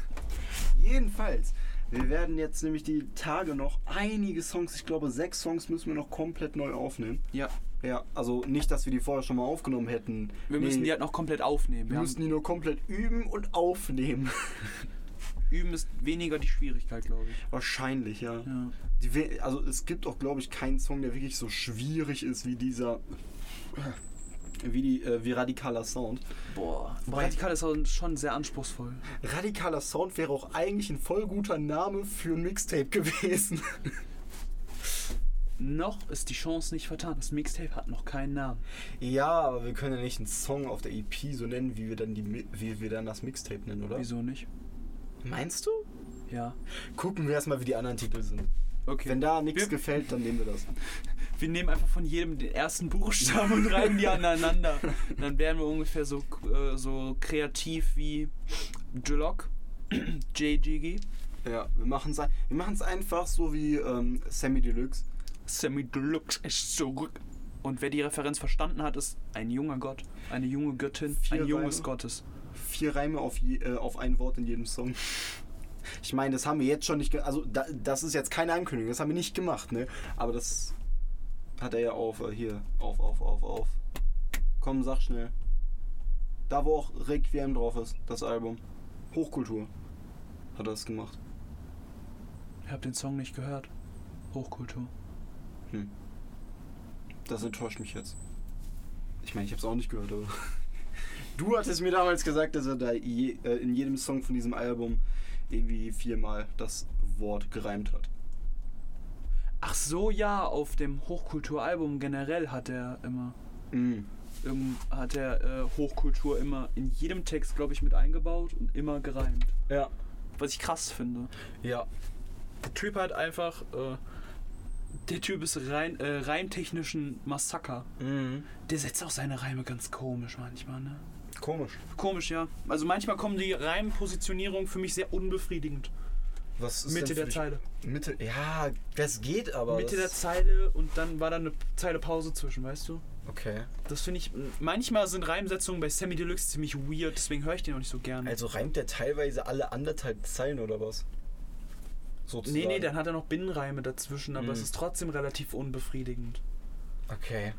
Speaker 2: Jedenfalls, wir werden jetzt nämlich die Tage noch einige Songs, ich glaube sechs Songs müssen wir noch komplett neu aufnehmen.
Speaker 1: Ja.
Speaker 2: Ja, also nicht, dass wir die vorher schon mal aufgenommen hätten.
Speaker 1: Wir müssen
Speaker 2: Nee,
Speaker 1: die halt noch komplett aufnehmen.
Speaker 2: wir
Speaker 1: Wir
Speaker 2: müssen die nur komplett üben und aufnehmen.
Speaker 1: haben, üben ist weniger die Schwierigkeit, glaube ich.
Speaker 2: Wahrscheinlich, ja. Die, we- also es gibt auch, glaube ich, keinen Song, der wirklich so schwierig ist wie dieser, wie, die, äh, wie radikaler Sound.
Speaker 1: Boah. Radikal ist auch schon sehr anspruchsvoll.
Speaker 2: Radikaler Sound wäre auch eigentlich ein voll guter Name für ein Mixtape gewesen.
Speaker 1: Noch ist die Chance nicht vertan. Das Mixtape hat noch keinen Namen.
Speaker 2: ja, aber wir können ja nicht einen Song auf der EP so nennen, wie wir dann, die, Mi- wie wir dann das Mixtape nennen, oder?
Speaker 1: Wieso nicht?
Speaker 2: Meinst du?
Speaker 1: Ja.
Speaker 2: Gucken wir erstmal, wie die anderen Titel sind.
Speaker 1: Okay.
Speaker 2: Wenn da nichts
Speaker 1: wir,
Speaker 2: gefällt, dann nehmen wir das.
Speaker 1: wir nehmen einfach von jedem den ersten Buchstaben und reiben die aneinander. Dann wären wir ungefähr so, äh, so kreativ wie Jlock, JGG,
Speaker 2: Ja, wir machen es wir machen's einfach so wie ähm, Sammy Deluxe.
Speaker 1: Sammy Deluxe ist zurück. Und wer die Referenz verstanden hat, ist ein junger Gott, eine junge Göttin,
Speaker 2: Vier
Speaker 1: ein junges
Speaker 2: Reime.
Speaker 1: Gottes.
Speaker 2: Vier Reime auf, je, äh, auf ein Wort in jedem Song. Ich meine, das haben wir jetzt schon nicht. ge- Also, da, das ist jetzt keine Ankündigung, das haben wir nicht gemacht, ne? Aber das hat er ja auf. Äh, hier. Auf, auf, auf, auf. Komm, sag schnell. Da, wo auch Requiem drauf ist, das Album. Hochkultur hat er das gemacht.
Speaker 1: Ich habe den Song nicht gehört. Hochkultur.
Speaker 2: Hm. Das enttäuscht mich jetzt. Ich meine, ich habe es auch nicht gehört, aber. Du hattest mir damals gesagt, dass er da je, äh, in jedem Song von diesem Album irgendwie viermal das Wort gereimt hat.
Speaker 1: Ach so, ja, auf dem Hochkulturalbum generell hat er immer,
Speaker 2: Mhm.
Speaker 1: irgend- hat er äh, Hochkultur immer in jedem Text, glaube ich, mit eingebaut und immer gereimt.
Speaker 2: Ja.
Speaker 1: Was ich krass finde.
Speaker 2: Ja.
Speaker 1: Der Typ hat einfach, äh, der Typ ist rein, äh, reimtechnischen Massaker.
Speaker 2: Mhm.
Speaker 1: Der setzt auch seine Reime ganz komisch manchmal, ne?
Speaker 2: Komisch.
Speaker 1: Komisch, ja. Also manchmal kommen die Reimpositionierungen für mich sehr unbefriedigend.
Speaker 2: Was ist
Speaker 1: Mitte
Speaker 2: denn für
Speaker 1: der
Speaker 2: dich-
Speaker 1: Zeile.
Speaker 2: Mitte. Ja, das geht aber.
Speaker 1: Mitte der
Speaker 2: das,
Speaker 1: Zeile und dann war da eine Zeile Pause zwischen, weißt du?
Speaker 2: Okay.
Speaker 1: Das finde ich. Manchmal sind Reimsetzungen bei Sammy Deluxe ziemlich weird, deswegen höre ich den auch nicht so gerne.
Speaker 2: Also reimt der teilweise alle anderthalb Zeilen oder was? Sozusagen.
Speaker 1: nee, nee, dann hat er noch Binnenreime dazwischen, aber
Speaker 2: Hm.
Speaker 1: es ist trotzdem relativ unbefriedigend.
Speaker 2: Okay.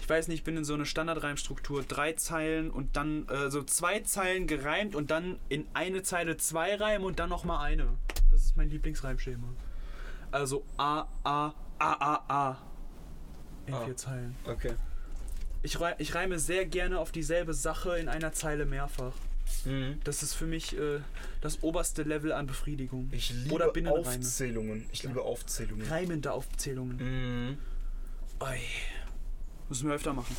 Speaker 1: Ich weiß nicht, ich bin in so eine Standardreimstruktur. Drei Zeilen und dann, äh, so zwei Zeilen gereimt und dann in eine Zeile zwei Reime und dann nochmal eine. Das ist mein Lieblingsreimschema. Also A, A, A, A, A. In
Speaker 2: Ah.
Speaker 1: vier Zeilen.
Speaker 2: Okay.
Speaker 1: Ich, rei- ich reime sehr gerne auf dieselbe Sache in einer Zeile mehrfach.
Speaker 2: Mhm.
Speaker 1: Das ist für mich äh, das oberste Level an Befriedigung.
Speaker 2: Ich liebe
Speaker 1: Oder Binnenreime.
Speaker 2: Aufzählungen. Ich liebe Aufzählungen.
Speaker 1: Reimende Aufzählungen.
Speaker 2: Mhm.
Speaker 1: Oi. Müssen wir öfter machen.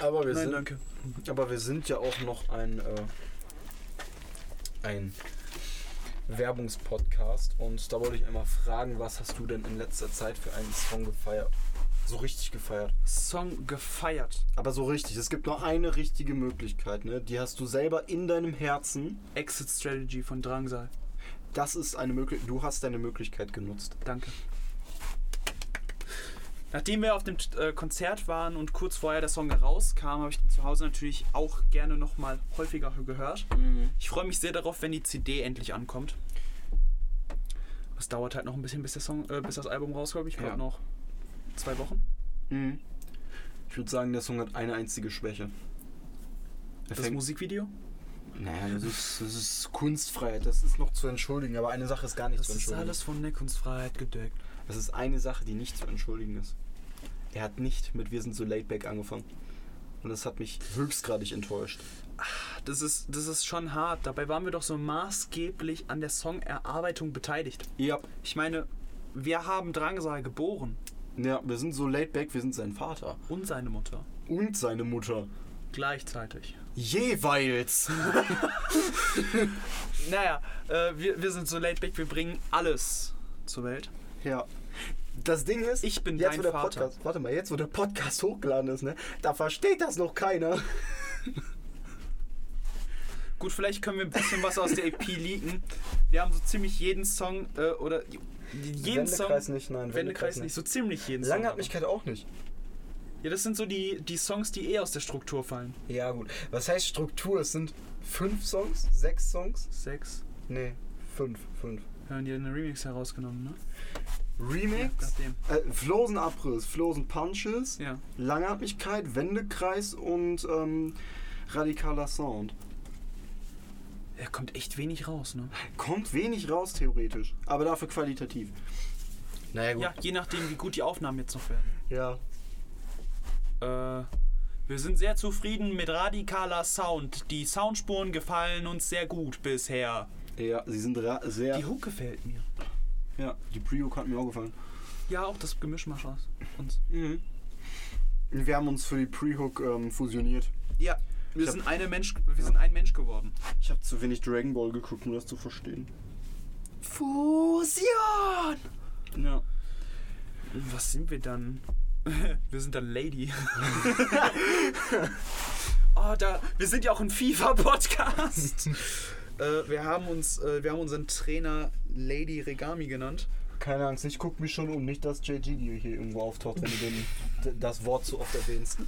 Speaker 2: Aber wir,
Speaker 1: Nein,
Speaker 2: sind,
Speaker 1: danke.
Speaker 2: aber wir sind ja auch noch ein, äh, ein Werbungspodcast und da wollte ich einmal fragen, was hast du denn in letzter Zeit für einen Song gefeiert? So richtig gefeiert.
Speaker 1: Song gefeiert.
Speaker 2: Aber so richtig. Es gibt nur eine richtige Möglichkeit, ne? Die hast du selber in deinem Herzen.
Speaker 1: Exit Strategy von Drangsal.
Speaker 2: Das ist eine Möglichkeit. Du hast deine Möglichkeit genutzt.
Speaker 1: Danke. Nachdem wir auf dem äh, Konzert waren und kurz vorher der Song rauskam, habe ich den zu Hause natürlich auch gerne nochmal häufiger gehört.
Speaker 2: Mhm.
Speaker 1: Ich freue mich sehr darauf, wenn die CD endlich ankommt. Es dauert halt noch ein bisschen, bis, der Song, äh, bis das Album rauskommt. Ich glaube
Speaker 2: Ja.
Speaker 1: noch zwei Wochen.
Speaker 2: Mhm. Ich würde sagen, der Song hat eine einzige Schwäche. Er
Speaker 1: Das Musikvideo.
Speaker 2: naja, das ist, das ist Kunstfreiheit, das ist noch zu entschuldigen, aber eine Sache ist gar nicht
Speaker 1: Das
Speaker 2: zu
Speaker 1: ist
Speaker 2: entschuldigen.
Speaker 1: alles von der Kunstfreiheit gedeckt.
Speaker 2: das ist eine Sache, die nicht zu entschuldigen ist. Er hat nicht mit Wir sind so laid back angefangen. Und das hat mich höchstgradig enttäuscht.
Speaker 1: Das ist, das ist schon hart. Dabei waren wir doch so maßgeblich an der Songerarbeitung beteiligt.
Speaker 2: Ja,
Speaker 1: Ich meine, wir haben Drangsal geboren
Speaker 2: ja wir sind so laid back, wir sind sein Vater.
Speaker 1: und seine Mutter.
Speaker 2: Und seine Mutter.
Speaker 1: Gleichzeitig.
Speaker 2: Jeweils.
Speaker 1: Naja, äh, wir, wir sind so laid back, wir bringen alles zur Welt.
Speaker 2: Ja. Das Ding ist,
Speaker 1: Ich bin
Speaker 2: jetzt,
Speaker 1: dein
Speaker 2: wo der
Speaker 1: Vater.
Speaker 2: Podcast, warte mal, jetzt wo der Podcast hochgeladen ist, ne, da versteht das noch keiner.
Speaker 1: Gut, vielleicht können wir ein bisschen was aus der EP leaken. Wir haben so ziemlich jeden Song äh, oder jeden
Speaker 2: Wendekreis
Speaker 1: Song.
Speaker 2: nicht, nein,
Speaker 1: Wendekreis nicht, so ziemlich jeden
Speaker 2: Lange
Speaker 1: Song.
Speaker 2: hat mich keine auch nicht.
Speaker 1: aber. ja, das sind so die, die Songs, die eh aus der Struktur fallen.
Speaker 2: Ja gut. Was heißt Struktur? Es sind fünf Songs, sechs Songs?
Speaker 1: Sechs.
Speaker 2: Nee, fünf, fünf.
Speaker 1: Haben die in den Remix herausgenommen, ne?
Speaker 2: Remix,
Speaker 1: nachdem.
Speaker 2: äh, Flosen Abriss, Flosen Punches,
Speaker 1: Ja.
Speaker 2: Langatmigkeit, Wendekreis und ähm, radikaler Sound.
Speaker 1: Da kommt echt wenig raus, ne?
Speaker 2: Kommt wenig raus theoretisch, aber dafür qualitativ. Naja
Speaker 1: Ja, je nachdem, wie gut die Aufnahmen jetzt noch werden.
Speaker 2: Ja.
Speaker 1: Äh, wir sind sehr zufrieden mit radikaler Sound. Die Soundspuren gefallen uns sehr gut bisher.
Speaker 2: Ja, sie sind ra- sehr.
Speaker 1: Die Hook gefällt mir.
Speaker 2: ja, die Pre-Hook hat mir auch gefallen.
Speaker 1: Ja, auch das Gemisch macht aus uns.
Speaker 2: Mhm. Wir haben uns für die Pre-Hook ähm, fusioniert.
Speaker 1: Ja, wir,
Speaker 2: hab-
Speaker 1: sind, eine Mensch, wir sind ein Mensch geworden.
Speaker 2: Ich habe zu wenig Dragon Ball geguckt, um das zu verstehen.
Speaker 1: Fusion!
Speaker 2: Ja.
Speaker 1: Was sind wir dann? Wir sind dann Lady. oh, da, wir sind ja auch ein FIFA-Podcast. äh, wir, haben uns, äh, wir haben unseren Trainer Lady Regami genannt.
Speaker 2: Keine Angst, ich guck mich schon um, nicht, dass JG dir hier irgendwo auftaucht, wenn du den, d- das Wort so oft erwähnst.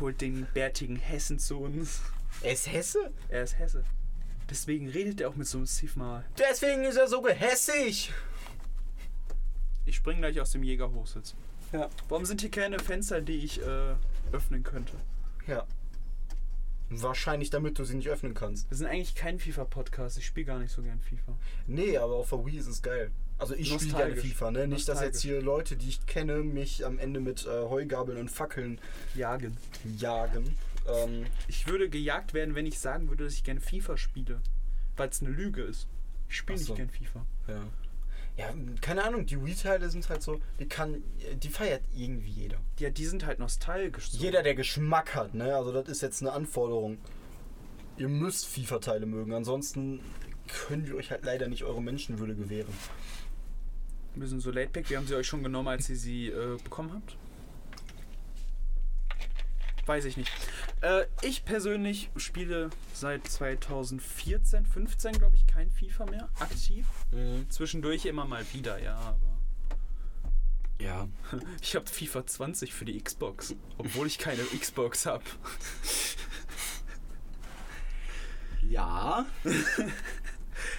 Speaker 1: Holt den bärtigen Hessen zu uns.
Speaker 2: Er ist Hesse?
Speaker 1: Er ist Hesse. Deswegen redet er auch mit so einem Siefmal.
Speaker 2: Deswegen ist er so gehässig!
Speaker 1: Ich spring gleich aus dem Jägerhochsitz.
Speaker 2: Ja.
Speaker 1: Warum sind hier keine Fenster, die ich äh, öffnen könnte?
Speaker 2: Ja. Wahrscheinlich damit du sie nicht öffnen kannst.
Speaker 1: Wir sind eigentlich kein FIFA-Podcast. Ich spiele gar nicht so gern FIFA.
Speaker 2: Nee, aber auf der Wii ist es geil. Also ich spiele gerne
Speaker 1: Nostalgisch.
Speaker 2: FIFA, ne? Nicht, dass jetzt
Speaker 1: Nostalgisch.
Speaker 2: hier Leute, die ich kenne, mich am Ende mit äh, Heugabeln und Fackeln
Speaker 1: Jagen.
Speaker 2: jagen. Ähm,
Speaker 1: Ich würde gejagt werden, wenn ich sagen würde, dass ich gerne FIFA spiele. Weil es eine Lüge ist. Ich spiele
Speaker 2: Ach so.
Speaker 1: nicht gern FIFA.
Speaker 2: ja. Ja, keine Ahnung, die Wii-Teile sind halt so, die kann, die feiert irgendwie jeder.
Speaker 1: Ja, die sind halt nostalgisch. So.
Speaker 2: Jeder, der Geschmack hat, ne? Also das ist jetzt eine Anforderung. Ihr müsst FIFA-Teile mögen, ansonsten können wir euch halt leider nicht eure Menschenwürde gewähren.
Speaker 1: Wir sind so lateback. Wir haben sie euch schon genommen, als ihr sie äh, bekommen habt. Weiß ich nicht. Äh, ich persönlich spiele seit 2014, 15, glaube ich, kein Mhm. FIFA mehr. Aktiv. Zwischendurch immer mal wieder, ja. Aber
Speaker 2: Ja.
Speaker 1: Ich habe FIFA 20 für die Xbox, obwohl ich keine Xbox habe.
Speaker 2: Ja.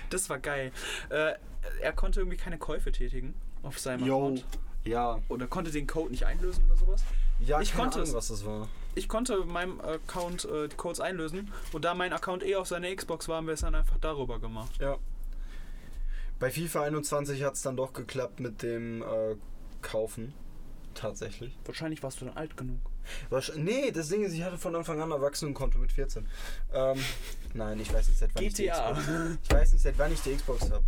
Speaker 1: Das war geil. Äh, er konnte irgendwie keine Käufe tätigen auf seinem
Speaker 2: Yo.
Speaker 1: Account.
Speaker 2: Ja.
Speaker 1: Oder konnte den Code nicht einlösen oder sowas.
Speaker 2: Ja,
Speaker 1: Ich
Speaker 2: keine
Speaker 1: konnte
Speaker 2: Ahnung,
Speaker 1: es.
Speaker 2: was das war.
Speaker 1: Ich konnte meinem Account äh, die Codes einlösen und da mein Account eh auf seiner Xbox war, haben wir es dann einfach darüber gemacht.
Speaker 2: Ja. Bei FIFA 21 hat es dann doch geklappt mit dem äh, Kaufen. Tatsächlich.
Speaker 1: Wahrscheinlich warst du dann alt genug.
Speaker 2: Wahrsch- Nee, das Ding ist, ich hatte von Anfang an ein Erwachsenenkonto mit 14. Ähm, nein, ich weiß nicht, seit
Speaker 1: GTA.
Speaker 2: wann ich die Xbox Ich weiß nicht, seit wann ich die Xbox habe.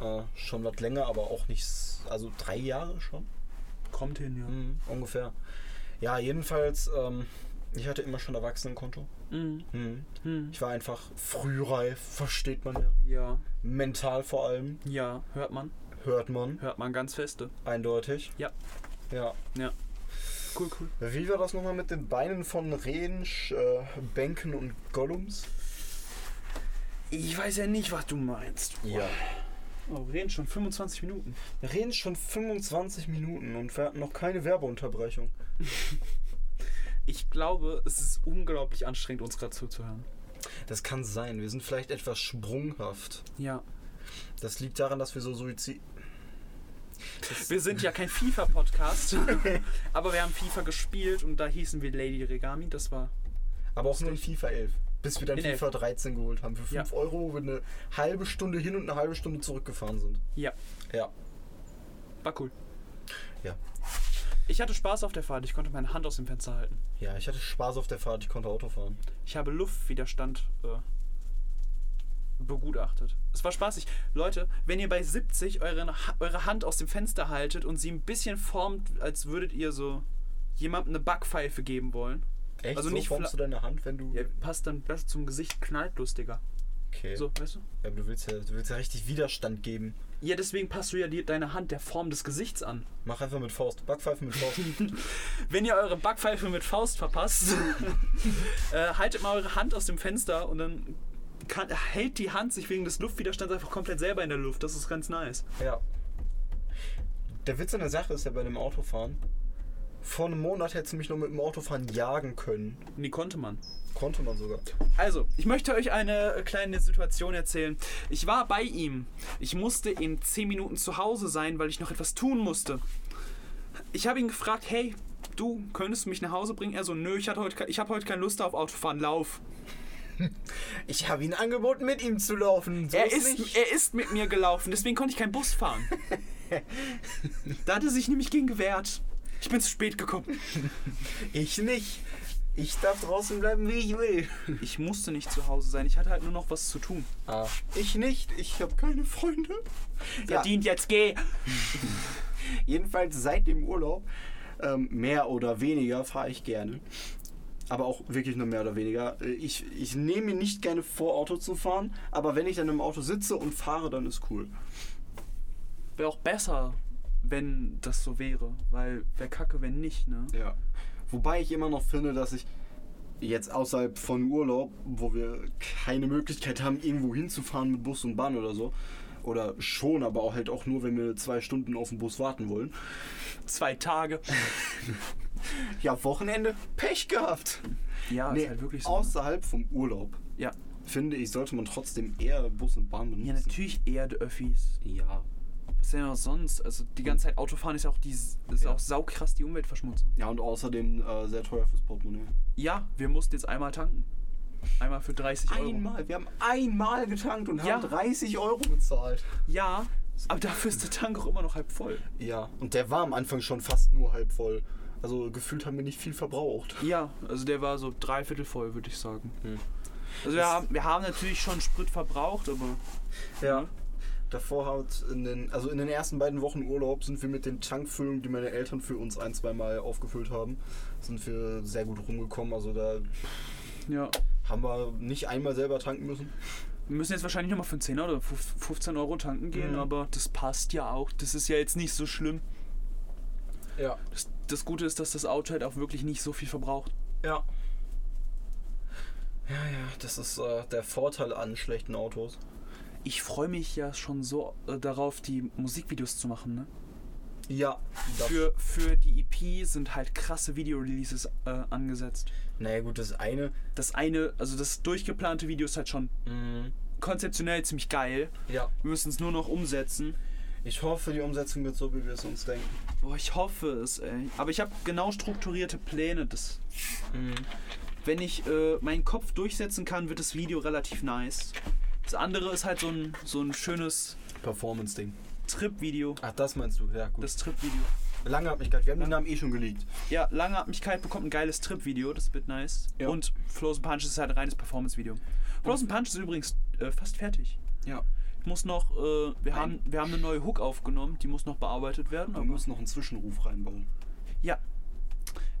Speaker 2: Äh, schon was länger, aber auch nicht. s- Also drei Jahre schon?
Speaker 1: Kommt hin, ja.
Speaker 2: Mhm, ungefähr. Ja, jedenfalls, ähm, ich hatte immer schon ein Erwachsenenkonto.
Speaker 1: Mhm.
Speaker 2: Mhm.
Speaker 1: Mhm.
Speaker 2: Ich war einfach frühreif, versteht man ja.
Speaker 1: Ja,
Speaker 2: Mental vor allem,
Speaker 1: ja, hört man.
Speaker 2: hört man,
Speaker 1: Hört man ganz feste.
Speaker 2: eindeutig.
Speaker 1: Ja.
Speaker 2: Ja.
Speaker 1: Cool, cool.
Speaker 2: Wie war das nochmal mit den Beinen von Rehen, Sch- äh, Bänken und Gollums?
Speaker 1: Ich weiß ja nicht, was du meinst. Oh, wir reden schon 25 Minuten.
Speaker 2: Wir reden schon 25 Minuten und wir hatten noch keine Werbeunterbrechung.
Speaker 1: Ich glaube, es ist unglaublich anstrengend, uns gerade zuzuhören.
Speaker 2: Das kann sein. Wir sind vielleicht etwas sprunghaft.
Speaker 1: Ja.
Speaker 2: Das liegt daran, dass wir so Suizid.
Speaker 1: Wir sind ja kein FIFA-Podcast, aber wir haben FIFA gespielt und da hießen wir Lady Regami. Das war.
Speaker 2: Aber auch nur in FIFA 11. Bis wir dann
Speaker 1: In 11.
Speaker 2: FIFA 13 geholt haben. Für 5
Speaker 1: Ja.
Speaker 2: Euro, wo wir eine halbe Stunde hin und eine halbe Stunde zurückgefahren sind.
Speaker 1: Ja,
Speaker 2: Ja.
Speaker 1: war cool.
Speaker 2: Ja.
Speaker 1: Ich hatte Spaß auf der Fahrt. Ich konnte meine Hand aus dem Fenster halten.
Speaker 2: Ja, ich hatte Spaß auf der Fahrt. Ich konnte Auto fahren.
Speaker 1: Ich habe Luftwiderstand äh, begutachtet. Es war spaßig. Leute, wenn ihr bei 70 eure, eure Hand aus dem Fenster haltet und sie ein bisschen formt, als würdet ihr so jemandem eine Backpfeife geben wollen,
Speaker 2: Echt?
Speaker 1: Also
Speaker 2: so
Speaker 1: nicht
Speaker 2: formst du deine Hand, wenn du.
Speaker 1: ja, passt dann besser zum Gesicht, knallt lustiger.
Speaker 2: Okay.
Speaker 1: So, weißt du?
Speaker 2: Ja, aber du willst ja, du willst ja richtig Widerstand geben.
Speaker 1: Ja, deswegen passt du ja die, deine Hand der Form des Gesichts an.
Speaker 2: Mach einfach mit Faust. Backpfeife mit Faust.
Speaker 1: Wenn ihr eure Backpfeife mit Faust verpasst, äh, haltet mal eure Hand aus dem Fenster und dann kann, hält die Hand sich wegen des Luftwiderstands einfach komplett selber in der Luft. Das ist ganz nice.
Speaker 2: Ja. Der Witz an der Sache ist ja bei dem Autofahren. Vor einem Monat hätte sie mich noch mit dem Autofahren jagen können.
Speaker 1: Nee, konnte man.
Speaker 2: Konnte man sogar.
Speaker 1: Also, ich möchte euch eine äh, kleine Situation erzählen. Ich war bei ihm. Ich musste in 10 Minuten zu Hause sein, weil ich noch etwas tun musste. Ich habe ihn gefragt, hey, du, könntest du mich nach Hause bringen? Er so, nö, ich, hatte heute, ke- ich habe heute keine Lust auf Autofahren, lauf.
Speaker 2: Ich habe ihn angeboten, mit ihm zu laufen. So
Speaker 1: Er ist, er ist mit mir gelaufen, deswegen konnte ich keinen Bus fahren. da hat er sich nämlich gegen gewehrt. Ich bin zu spät gekommen.
Speaker 2: ich nicht. Ich darf draußen bleiben, wie ich will.
Speaker 1: Ich musste nicht zu Hause sein, ich hatte halt nur noch was zu tun.
Speaker 2: Ah. Ich nicht. Ich habe keine Freunde. Ja,
Speaker 1: Verdient, jetzt geh!
Speaker 2: jedenfalls seit dem Urlaub, ähm, mehr oder weniger, fahre ich gerne. Aber auch wirklich nur mehr oder weniger. Äh, Ich, ich nehme mir nicht gerne vor, Auto zu fahren, aber wenn ich dann im Auto sitze und fahre, dann ist cool.
Speaker 1: Wäre auch besser, wenn das so wäre, weil wäre kacke, wenn nicht, ne?
Speaker 2: Ja. Wobei ich immer noch finde, dass ich jetzt außerhalb von Urlaub, wo wir keine Möglichkeit haben, irgendwo hinzufahren mit Bus und Bahn oder so, oder schon, aber auch halt auch nur, wenn wir zwei Stunden auf den Bus warten wollen.
Speaker 1: Zwei Tage.
Speaker 2: Ja, Wochenende, Pech gehabt.
Speaker 1: Ja,
Speaker 2: Nee,
Speaker 1: ist halt wirklich so. ne?
Speaker 2: außerhalb vom Urlaub,
Speaker 1: ja.
Speaker 2: finde ich, sollte man trotzdem eher Bus und Bahn
Speaker 1: ja,
Speaker 2: benutzen.
Speaker 1: natürlich eher die Öffis.
Speaker 2: Ja.
Speaker 1: Was denn auch sonst? Also die ganze Zeit Autofahren ist ja auch, die, ist
Speaker 2: Ja.
Speaker 1: auch saukrass die Umweltverschmutzung.
Speaker 2: Ja, und außerdem äh, sehr teuer fürs Portemonnaie.
Speaker 1: Ja, wir mussten jetzt einmal tanken. Einmal für 30 Euro.
Speaker 2: wir haben einmal getankt und
Speaker 1: Ja.
Speaker 2: 30 Euro bezahlt.
Speaker 1: Ja, aber dafür ist der Tank auch immer noch halb voll.
Speaker 2: Ja, und der war am Anfang schon fast nur halb voll. Also gefühlt haben wir nicht viel verbraucht.
Speaker 1: Ja, also der war so dreiviertel voll, würde ich sagen.
Speaker 2: Hm.
Speaker 1: Also wir haben, wir haben natürlich schon Sprit verbraucht, aber
Speaker 2: Ja. Mhm. Davor hat in den, also in den ersten beiden Wochen Urlaub sind wir mit den Tankfüllungen, die meine Eltern für uns ein, zweimal aufgefüllt haben, sind wir sehr gut rumgekommen. Also da
Speaker 1: ja.
Speaker 2: haben wir nicht einmal selber tanken müssen.
Speaker 1: Wir müssen jetzt wahrscheinlich nochmal für einen 10 oder 5 15 Euro tanken gehen,
Speaker 2: Mhm.
Speaker 1: aber das passt ja auch. Das ist ja jetzt nicht so schlimm.
Speaker 2: Ja.
Speaker 1: Das, das Gute ist, dass das Auto halt auch wirklich nicht so viel verbraucht.
Speaker 2: Ja. Ja, ja, das ist äh, der Vorteil an schlechten Autos.
Speaker 1: Ich freue mich ja schon so äh, darauf, die Musikvideos zu machen, ne?
Speaker 2: Ja, das
Speaker 1: Für, für die EP sind halt krasse Video-Releases äh, angesetzt.
Speaker 2: Naja, gut, das eine.
Speaker 1: Das eine, also das durchgeplante Video ist halt schon
Speaker 2: Mhm.
Speaker 1: konzeptionell ziemlich geil.
Speaker 2: Ja.
Speaker 1: Wir müssen es nur noch umsetzen.
Speaker 2: Ich hoffe, die Umsetzung wird so, wie wir es uns denken.
Speaker 1: Boah, ich hoffe es, ey. Aber ich habe genau strukturierte Pläne. Das,
Speaker 2: Mhm.
Speaker 1: wenn ich äh, meinen Kopf durchsetzen kann, wird das Video relativ nice. Das andere ist halt so ein, so ein schönes
Speaker 2: Performance-Ding.
Speaker 1: Trip-Video.
Speaker 2: Ach, das meinst du? Ja, gut.
Speaker 1: Das Trip-Video.
Speaker 2: Lange hat mich gehabt. Wir haben den Namen eh schon geleakt.
Speaker 1: Ja, lange hat mich kalt bekommt ein geiles Trip-Video, das wird nice.
Speaker 2: Ja.
Speaker 1: Und Flows and Punch ist halt ein reines Performance-Video. Flows and Punch ist übrigens äh, fast fertig.
Speaker 2: Ja.
Speaker 1: Ich muss noch, äh, wir, haben, wir haben eine neue Hook aufgenommen, die muss noch bearbeitet werden.
Speaker 2: Wir
Speaker 1: aber-
Speaker 2: müssen noch einen Zwischenruf reinbauen.
Speaker 1: Ja.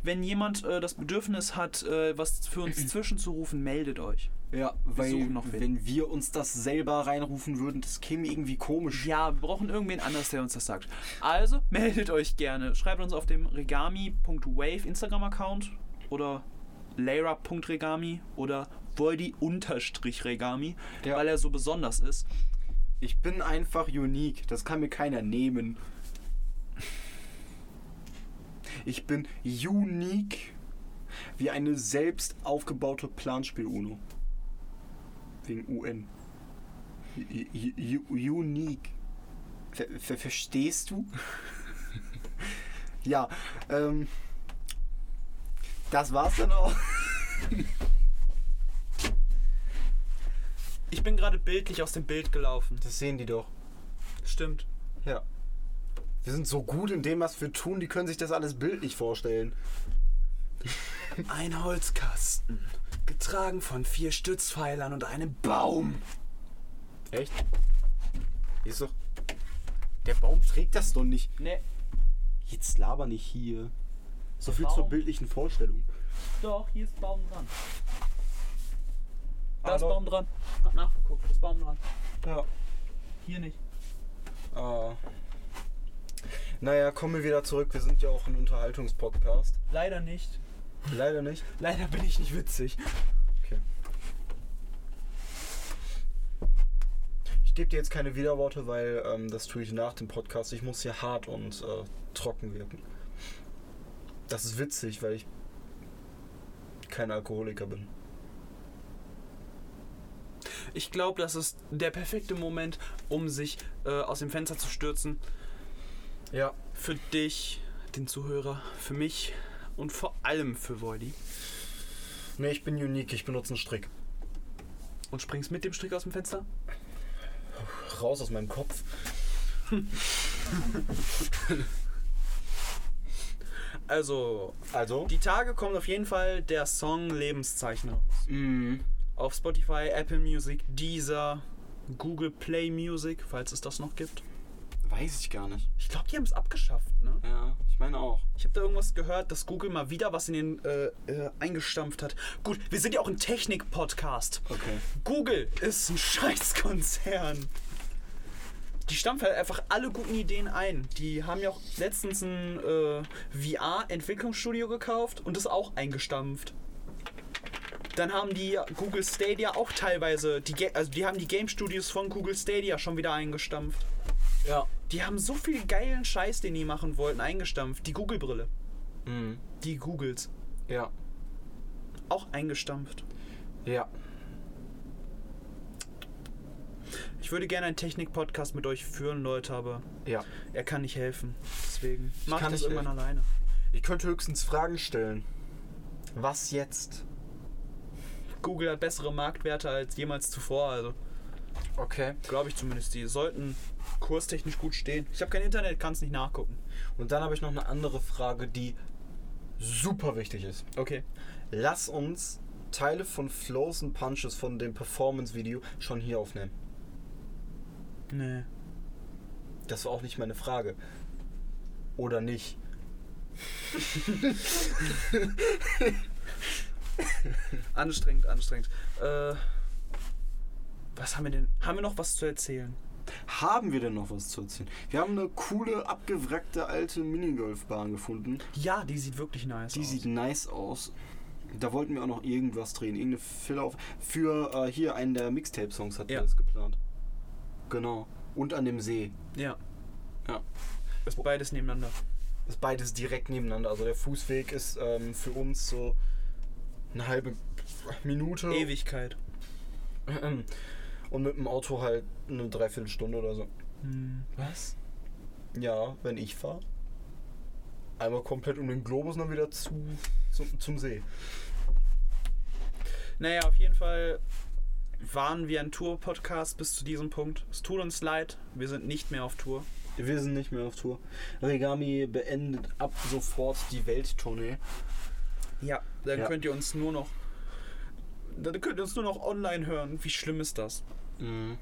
Speaker 1: Wenn jemand äh, das Bedürfnis hat, äh, was für uns zwischenzurufen, meldet euch.
Speaker 2: Ja, weil
Speaker 1: suchen noch wen.
Speaker 2: wenn wir uns das selber reinrufen würden, das käme irgendwie komisch.
Speaker 1: Ja, wir brauchen irgendwen anders, der uns das sagt. Also meldet euch gerne. Schreibt uns auf dem regami.wave Instagram-Account oder Layra.regami oder Voldi-regami,
Speaker 2: Ja.
Speaker 1: weil er so besonders ist.
Speaker 2: Ich bin einfach unique. Das kann mir keiner nehmen. Ich bin unique wie eine selbst aufgebaute Planspiel-UNO. Wegen UN. U- u- u- Unique. Ver ver verstehst du? ja, ähm. Das war's dann auch.
Speaker 1: Ich bin gerade bildlich aus dem Bild gelaufen.
Speaker 2: Das sehen die doch.
Speaker 1: Stimmt.
Speaker 2: Ja. Wir sind so gut in dem, was wir tun, die können sich das alles bildlich vorstellen.
Speaker 1: Ein Holzkasten, getragen von vier Stützpfeilern und einem Baum.
Speaker 2: Echt? Hier ist doch. Der Baum trägt das doch nicht.
Speaker 1: Nee,
Speaker 2: Jetzt laber nicht hier. So viel
Speaker 1: Baum?
Speaker 2: zur bildlichen Vorstellung.
Speaker 1: Doch, hier ist Baum dran. Da ist
Speaker 2: Aber-
Speaker 1: Baum dran. Hab nachgeguckt, da ist Baum dran.
Speaker 2: Ja.
Speaker 1: Hier nicht.
Speaker 2: Ah. Naja, kommen wir wieder zurück. Wir sind ja auch ein Unterhaltungspodcast.
Speaker 1: Leider nicht.
Speaker 2: Leider nicht.
Speaker 1: Leider bin ich nicht witzig.
Speaker 2: Okay. Ich gebe dir jetzt keine Widerworte, weil ähm, das tue ich nach dem Podcast. Ich muss hier hart und äh, trocken wirken. Das ist witzig, weil ich kein Alkoholiker bin.
Speaker 1: Ich glaube, das ist der perfekte Moment, um sich äh, aus dem Fenster zu stürzen.
Speaker 2: Ja.
Speaker 1: Für dich, den Zuhörer, für mich und vor allem für Voidy.
Speaker 2: Nee, ich bin unique. Ich benutze einen Strick.
Speaker 1: Und springst mit dem Strick aus dem Fenster?
Speaker 2: Raus aus meinem Kopf.
Speaker 1: Also,
Speaker 2: Also?
Speaker 1: die Tage kommt auf jeden Fall der Song Lebenszeichen raus.
Speaker 2: Mhm.
Speaker 1: Auf Spotify, Apple Music, Deezer, Google Play Music, falls es das noch gibt.
Speaker 2: Weiß ich gar nicht.
Speaker 1: Ich glaube, die haben es abgeschafft, ne?
Speaker 2: Ja, ich meine auch.
Speaker 1: Ich habe da irgendwas gehört, dass Google mal wieder was in den äh, äh, eingestampft hat. Gut, wir sind ja auch ein Technik-Podcast.
Speaker 2: Okay.
Speaker 1: Google ist ein Scheißkonzern. Die stampfen halt einfach alle guten Ideen ein. Die haben ja auch letztens ein äh, VR-Entwicklungsstudio gekauft und das auch eingestampft. Dann haben die Google Stadia auch teilweise, die, Ga- also die haben die Game Studios von Google Stadia schon wieder eingestampft.
Speaker 2: Ja.
Speaker 1: Die haben so viel geilen Scheiß, den die machen wollten, eingestampft. Die Google-Brille.
Speaker 2: Mhm.
Speaker 1: Die Googles.
Speaker 2: Ja.
Speaker 1: Auch eingestampft.
Speaker 2: Ja.
Speaker 1: Ich würde gerne einen Technik-Podcast mit euch führen, Leute, aber
Speaker 2: Ja.
Speaker 1: er kann nicht helfen. Deswegen macht
Speaker 2: kann
Speaker 1: das
Speaker 2: nicht
Speaker 1: irgendwann
Speaker 2: helfen.
Speaker 1: alleine.
Speaker 2: Ich könnte höchstens Fragen stellen. Was jetzt?
Speaker 1: Google hat bessere Marktwerte als jemals zuvor, also
Speaker 2: Okay.
Speaker 1: glaube ich zumindest. Die sollten kurstechnisch gut stehen. Ich habe kein Internet, kann es nicht nachgucken.
Speaker 2: Und dann habe ich noch eine andere Frage, die super wichtig ist.
Speaker 1: Okay.
Speaker 2: Lass uns Teile von Flows und Punches von dem Performance-Video schon hier aufnehmen.
Speaker 1: Nee.
Speaker 2: Das war auch nicht meine Frage. Oder nicht?
Speaker 1: Anstrengend, anstrengend. Äh, was haben wir denn? Haben wir noch was zu erzählen?
Speaker 2: Haben wir denn noch was zu erzählen? Wir haben eine coole, abgewrackte alte Minigolfbahn gefunden.
Speaker 1: Ja, die sieht wirklich nice
Speaker 2: Die
Speaker 1: aus.
Speaker 2: sieht nice aus. Da wollten wir auch noch irgendwas drehen, irgendeine Filler auf. Für äh, hier einen der Mixtape-Songs hatten
Speaker 1: Ja.
Speaker 2: wir das geplant. Genau. Und an dem See.
Speaker 1: ja.
Speaker 2: Ja.
Speaker 1: Ist beides nebeneinander.
Speaker 2: Ist beides direkt nebeneinander. Also der Fußweg ist ähm, für uns so eine halbe Minute.
Speaker 1: Ewigkeit.
Speaker 2: Und mit dem Auto halt eine Dreiviertelstunde oder so.
Speaker 1: Hm.
Speaker 2: Was? Ja, wenn ich fahre. Einmal komplett um den Globus und dann wieder zu, zum, zum See.
Speaker 1: Naja, auf jeden Fall waren wir ein Tour-Podcast bis zu diesem Punkt. Es tut uns leid, wir sind nicht mehr auf Tour.
Speaker 2: Wir sind nicht mehr auf Tour. Regami beendet ab sofort die Welttournee.
Speaker 1: Ja. Dann
Speaker 2: Ja.
Speaker 1: könnt ihr uns nur noch. Dann könnt ihr uns nur noch online hören. Wie schlimm ist das?
Speaker 2: Mhm.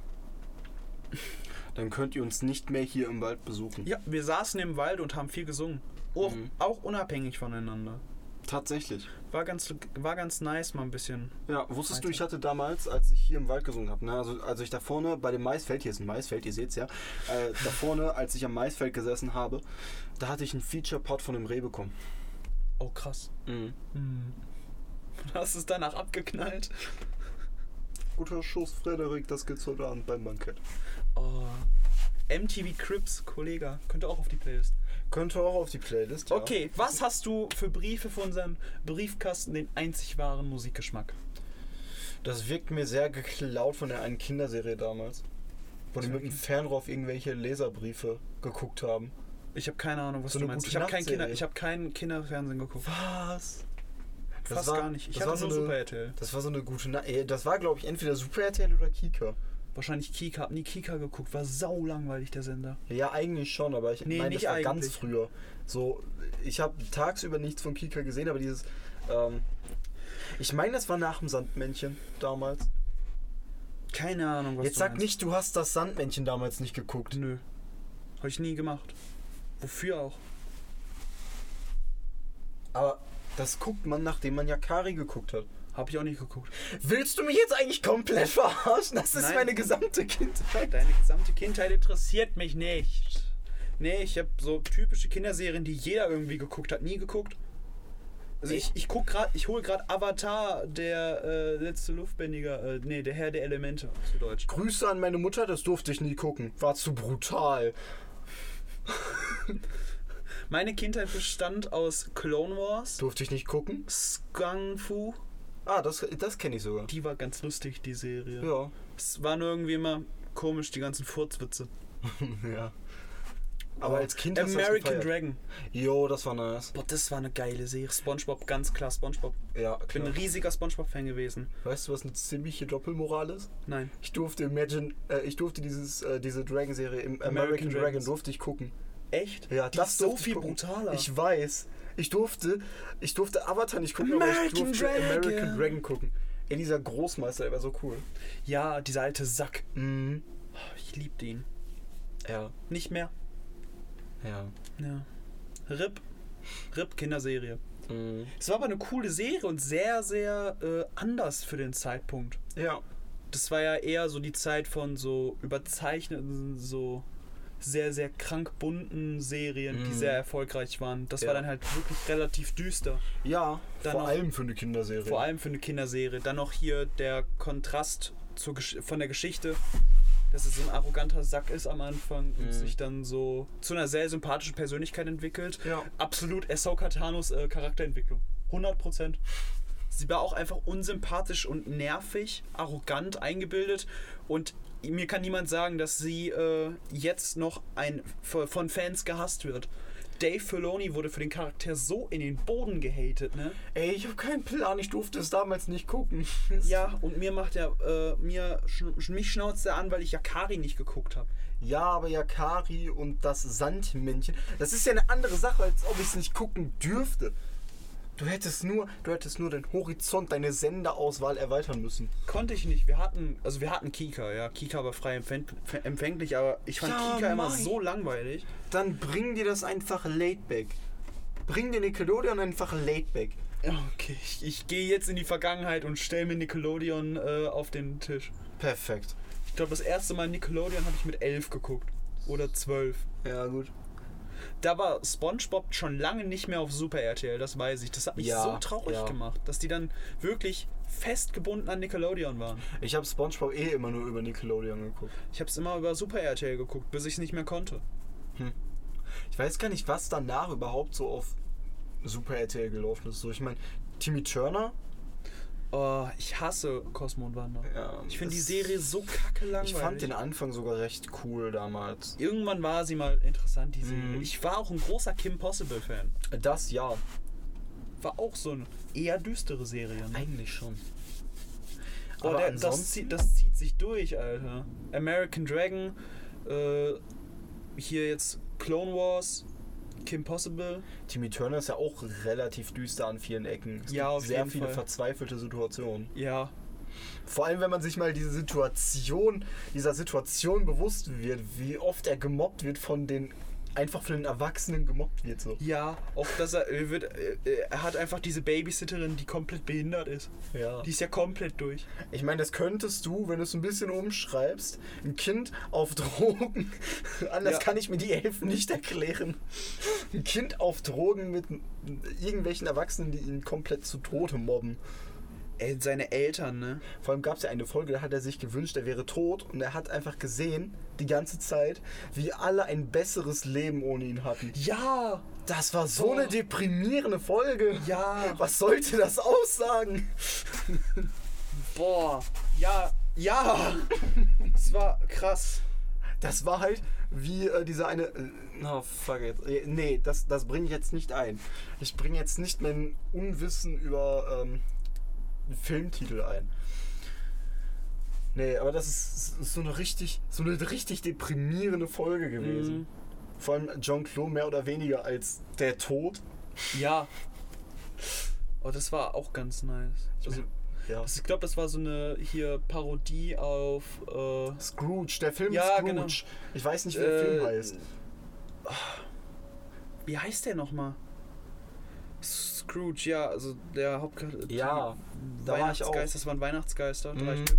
Speaker 2: Dann könnt ihr uns nicht mehr hier im Wald besuchen.
Speaker 1: Ja, wir saßen im Wald und haben viel gesungen. Auch,
Speaker 2: Mhm.
Speaker 1: auch unabhängig voneinander.
Speaker 2: Tatsächlich.
Speaker 1: War ganz, war ganz nice, mal ein bisschen.
Speaker 2: Ja, wusstest du,
Speaker 1: Weiter.
Speaker 2: ich hatte damals, als ich hier im Wald gesungen habe, ne, also als ich da vorne bei dem Maisfeld, hier ist ein Maisfeld, ihr seht's ja, äh, da vorne, als ich am Maisfeld gesessen habe, da hatte ich einen Feature-Pod von dem Reh bekommen.
Speaker 1: Oh, krass. Hm. Du hast es danach abgeknallt.
Speaker 2: Guter Schuss, Frederik, das geht's heute Abend beim Bankett.
Speaker 1: Oh. MTV Crips, Kollege. Könnte auch auf die Playlist.
Speaker 2: Könnte auch auf die Playlist. Ja.
Speaker 1: Okay, was hast du für Briefe für unseren Briefkasten, den einzig wahren Musikgeschmack?
Speaker 2: Das wirkt mir sehr geklaut von der einen Kinderserie damals, wo die mit dem Fernrohr auf irgendwelche Leserbriefe geguckt haben.
Speaker 1: Ich habe keine Ahnung, was
Speaker 2: So
Speaker 1: du
Speaker 2: eine
Speaker 1: meinst. Ich
Speaker 2: gute
Speaker 1: habe kein,
Speaker 2: Nachtserie.
Speaker 1: Kinder, ich hab kein Kinderfernsehen geguckt.
Speaker 2: Was? Das
Speaker 1: Fast
Speaker 2: war-
Speaker 1: gar nicht. Ich
Speaker 2: das
Speaker 1: hatte
Speaker 2: war
Speaker 1: so
Speaker 2: so eine-
Speaker 1: Super RTL.
Speaker 2: Das war so eine gute Na äh, Das war, glaube ich, entweder Super RTL oder Kika.
Speaker 1: Wahrscheinlich Kika. Hab nie Kika geguckt. War sau langweilig der Sender.
Speaker 2: Ja, eigentlich schon, aber ich
Speaker 1: Nee,
Speaker 2: meine,
Speaker 1: nicht
Speaker 2: das war ganz
Speaker 1: eigentlich.
Speaker 2: früher. So, ich habe tagsüber nichts von Kika gesehen, aber dieses. Ähm, ich meine, das war nach dem Sandmännchen damals.
Speaker 1: Keine Ahnung, was
Speaker 2: Jetzt
Speaker 1: du
Speaker 2: sag
Speaker 1: meinst.
Speaker 2: nicht, du hast das Sandmännchen damals nicht geguckt.
Speaker 1: Nö. Habe ich nie gemacht. Wofür auch?
Speaker 2: Aber das guckt man, nachdem man Yakari geguckt hat.
Speaker 1: Habe ich auch nicht geguckt.
Speaker 2: Willst du mich jetzt eigentlich komplett verarschen? Das ist
Speaker 1: Nein.
Speaker 2: meine gesamte Kindheit.
Speaker 1: Deine gesamte Kindheit interessiert mich nicht. Nee, ich habe so typische Kinderserien, die jeder irgendwie geguckt hat, nie geguckt. Also ich, ich guck gerade, ich hole gerade Avatar, der äh, letzte Luftbändiger, äh, nee, der Herr der Elemente zu Deutsch.
Speaker 2: Grüße an meine Mutter, das durfte ich nie gucken. War zu brutal.
Speaker 1: Meine Kindheit bestand aus Clone Wars,
Speaker 2: Durfte ich nicht gucken?
Speaker 1: Skang Fu,
Speaker 2: Ah, das, das kenne ich sogar.
Speaker 1: die war ganz lustig, die Serie.
Speaker 2: Ja.
Speaker 1: Es waren irgendwie immer komisch, die ganzen Furzwitze.
Speaker 2: ja. Aber als Kind hast du das
Speaker 1: American
Speaker 2: gefeiert.
Speaker 1: Dragon.
Speaker 2: Jo, das war nice.
Speaker 1: Boah, das war eine geile Serie. Spongebob, ganz klar, Spongebob.
Speaker 2: Ja,
Speaker 1: Ich bin
Speaker 2: klar.
Speaker 1: ein riesiger Spongebob-Fan gewesen.
Speaker 2: Weißt du, was eine ziemliche Doppelmoral ist?
Speaker 1: Nein.
Speaker 2: Ich durfte Imagine, äh, ich durfte dieses, äh, diese Dragon-Serie im American,
Speaker 1: American
Speaker 2: Dragon
Speaker 1: Dragons.
Speaker 2: durfte ich gucken.
Speaker 1: Echt?
Speaker 2: Ja,
Speaker 1: Die
Speaker 2: das
Speaker 1: ist so
Speaker 2: durfte ich
Speaker 1: viel
Speaker 2: gucken.
Speaker 1: brutaler.
Speaker 2: Ich weiß. Ich durfte, ich durfte Avatar nicht gucken, aber ich
Speaker 1: American
Speaker 2: durfte
Speaker 1: Dragon.
Speaker 2: American Dragon gucken. Ey, dieser Großmeister, der war so cool.
Speaker 1: ja, dieser alte Sack. Oh,
Speaker 2: Mhm.
Speaker 1: Ich liebte ihn.
Speaker 2: Ja,
Speaker 1: Nicht mehr.
Speaker 2: ja.
Speaker 1: Ja. Rip. Rip Kinderserie.
Speaker 2: Mhm.
Speaker 1: Es war aber eine coole Serie und sehr, sehr äh, anders für den Zeitpunkt.
Speaker 2: Ja.
Speaker 1: Das war ja eher so die Zeit von so überzeichneten, so sehr, sehr krank bunten Serien, die
Speaker 2: Mhm.
Speaker 1: sehr erfolgreich waren. Das
Speaker 2: Ja.
Speaker 1: war dann halt wirklich relativ düster.
Speaker 2: Ja,
Speaker 1: Dann
Speaker 2: vor
Speaker 1: noch-
Speaker 2: allem für eine Kinderserie.
Speaker 1: Vor allem für eine Kinderserie. Dann noch hier der Kontrast zur Gesch von der Geschichte, dass es so ein arroganter Sack ist am Anfang und
Speaker 2: Mhm.
Speaker 1: sich dann so zu einer sehr sympathischen Persönlichkeit entwickelt.
Speaker 2: Ja.
Speaker 1: Absolut Ahsoka Tanos äh, Charakterentwicklung. 100 Prozent. Sie war auch einfach unsympathisch und nervig, arrogant eingebildet und mir kann niemand sagen, dass sie äh, jetzt noch ein, von Fans gehasst wird. Dave Filoni wurde für den Charakter so in den Boden gehatet, ne?
Speaker 2: Ey, ich habe keinen Plan, ich durfte es damals nicht gucken.
Speaker 1: Ja, und mir macht er, äh, mir, sch mich schnauzt er an, weil ich Yakari nicht geguckt habe.
Speaker 2: Ja, aber Yakari und das Sandmännchen, das ist ja eine andere Sache, als ob ich es nicht gucken dürfte. Du hättest nur, du hättest nur den Horizont, deine Senderauswahl erweitern müssen.
Speaker 1: Konnte ich nicht. Wir hatten, also wir hatten Kika, ja. Kika war frei empfäng- empfänglich, aber ich fand
Speaker 2: Ja,
Speaker 1: Kika immer
Speaker 2: mein.
Speaker 1: so langweilig.
Speaker 2: Dann bring dir das einfach laidback. Bring dir Nickelodeon einfach laidback.
Speaker 1: Okay, ich, ich gehe jetzt in die Vergangenheit und stelle mir Nickelodeon äh, auf den Tisch.
Speaker 2: Perfekt.
Speaker 1: Ich glaube, das erste Mal Nickelodeon habe ich mit elf geguckt. Oder zwölf.
Speaker 2: Ja, gut.
Speaker 1: Da war SpongeBob schon lange nicht mehr auf Super RTL, das weiß ich. Das hat mich
Speaker 2: Ja,
Speaker 1: so traurig
Speaker 2: ja.
Speaker 1: gemacht, dass die dann wirklich festgebunden an Nickelodeon waren.
Speaker 2: Ich habe SpongeBob eh immer nur über Nickelodeon geguckt.
Speaker 1: Ich habe es immer über Super RTL geguckt, bis ich es nicht mehr konnte.
Speaker 2: Ich weiß gar nicht, was danach überhaupt so auf Super RTL gelaufen ist. So, ich meine, Timmy Turner.
Speaker 1: Oh, ich hasse Cosmo und Wanda.
Speaker 2: Ja,
Speaker 1: ich finde die
Speaker 2: das-
Speaker 1: Serie so kacke langweilig.
Speaker 2: Ich fand den Anfang sogar recht cool damals.
Speaker 1: Irgendwann war sie mal interessant, die Serie.
Speaker 2: Mhm.
Speaker 1: Ich war auch ein großer Kim Possible-Fan.
Speaker 2: Das ja.
Speaker 1: War auch so eine eher düstere Serie. Ne?
Speaker 2: Eigentlich schon.
Speaker 1: Oh,
Speaker 2: Aber
Speaker 1: der, das,
Speaker 2: ansonsten,
Speaker 1: zieht, das zieht sich durch, Alter. American Dragon, äh, hier jetzt Clone Wars, Kim Possible.
Speaker 2: Timmy Turner ist ja auch relativ düster an vielen Ecken. Es
Speaker 1: Ja,
Speaker 2: gibt
Speaker 1: auf
Speaker 2: sehr
Speaker 1: jeden
Speaker 2: viele
Speaker 1: Fall.
Speaker 2: verzweifelte Situationen.
Speaker 1: Ja,
Speaker 2: Vor allem, wenn man sich mal diese Situation, dieser Situation bewusst wird, wie oft er gemobbt wird von den, einfach von den Erwachsenen gemobbt wird so.
Speaker 1: ja, auch dass er, er wird, äh, er hat einfach diese Babysitterin, die komplett behindert ist.
Speaker 2: Ja.
Speaker 1: Die ist ja komplett durch.
Speaker 2: Ich meine, das könntest du, wenn du es ein bisschen umschreibst, ein Kind auf Drogen, anders
Speaker 1: Ja.
Speaker 2: kann ich mir die Elfen nicht erklären, ein Kind auf Drogen mit irgendwelchen Erwachsenen, die ihn komplett zu Tode mobben.
Speaker 1: Ey, seine Eltern, ne?
Speaker 2: Vor allem gab es ja eine Folge, da hat er sich gewünscht, er wäre tot und er hat einfach gesehen, die ganze Zeit, wie alle ein besseres Leben ohne ihn hatten.
Speaker 1: Ja!
Speaker 2: Das war so eine
Speaker 1: Boah.
Speaker 2: deprimierende Folge.
Speaker 1: Ja!
Speaker 2: Was sollte das aussagen?
Speaker 1: Boah! Ja! Ja! Es war krass.
Speaker 2: Das war halt wie äh, dieser eine. Äh,
Speaker 1: Oh,
Speaker 2: no, fuck it. Äh, Nee, das, das bringe ich jetzt nicht ein. Ich bringe jetzt nicht mein Unwissen über ähm, einen Filmtitel ein. Nee, aber das ist, ist so eine richtig, so eine richtig deprimierende Folge gewesen.
Speaker 1: Mhm.
Speaker 2: Vor allem John Clow mehr oder weniger als der Tod.
Speaker 1: Ja. Oh, das war auch ganz nice. Also,
Speaker 2: Ja.
Speaker 1: also ich glaube, das war so eine hier Parodie auf. Äh,
Speaker 2: Scrooge, der Film
Speaker 1: Ja,
Speaker 2: Scrooge.
Speaker 1: genau.
Speaker 2: Ich weiß nicht, wie der Film
Speaker 1: Äh,
Speaker 2: heißt.
Speaker 1: wie heißt der nochmal? Scrooge, ja, also der Hauptcharakter.
Speaker 2: Ja,
Speaker 1: die
Speaker 2: da war ich
Speaker 1: Weihnachtsgeister,
Speaker 2: auch.
Speaker 1: das waren Weihnachtsgeister, drei
Speaker 2: Mhm.
Speaker 1: Stück.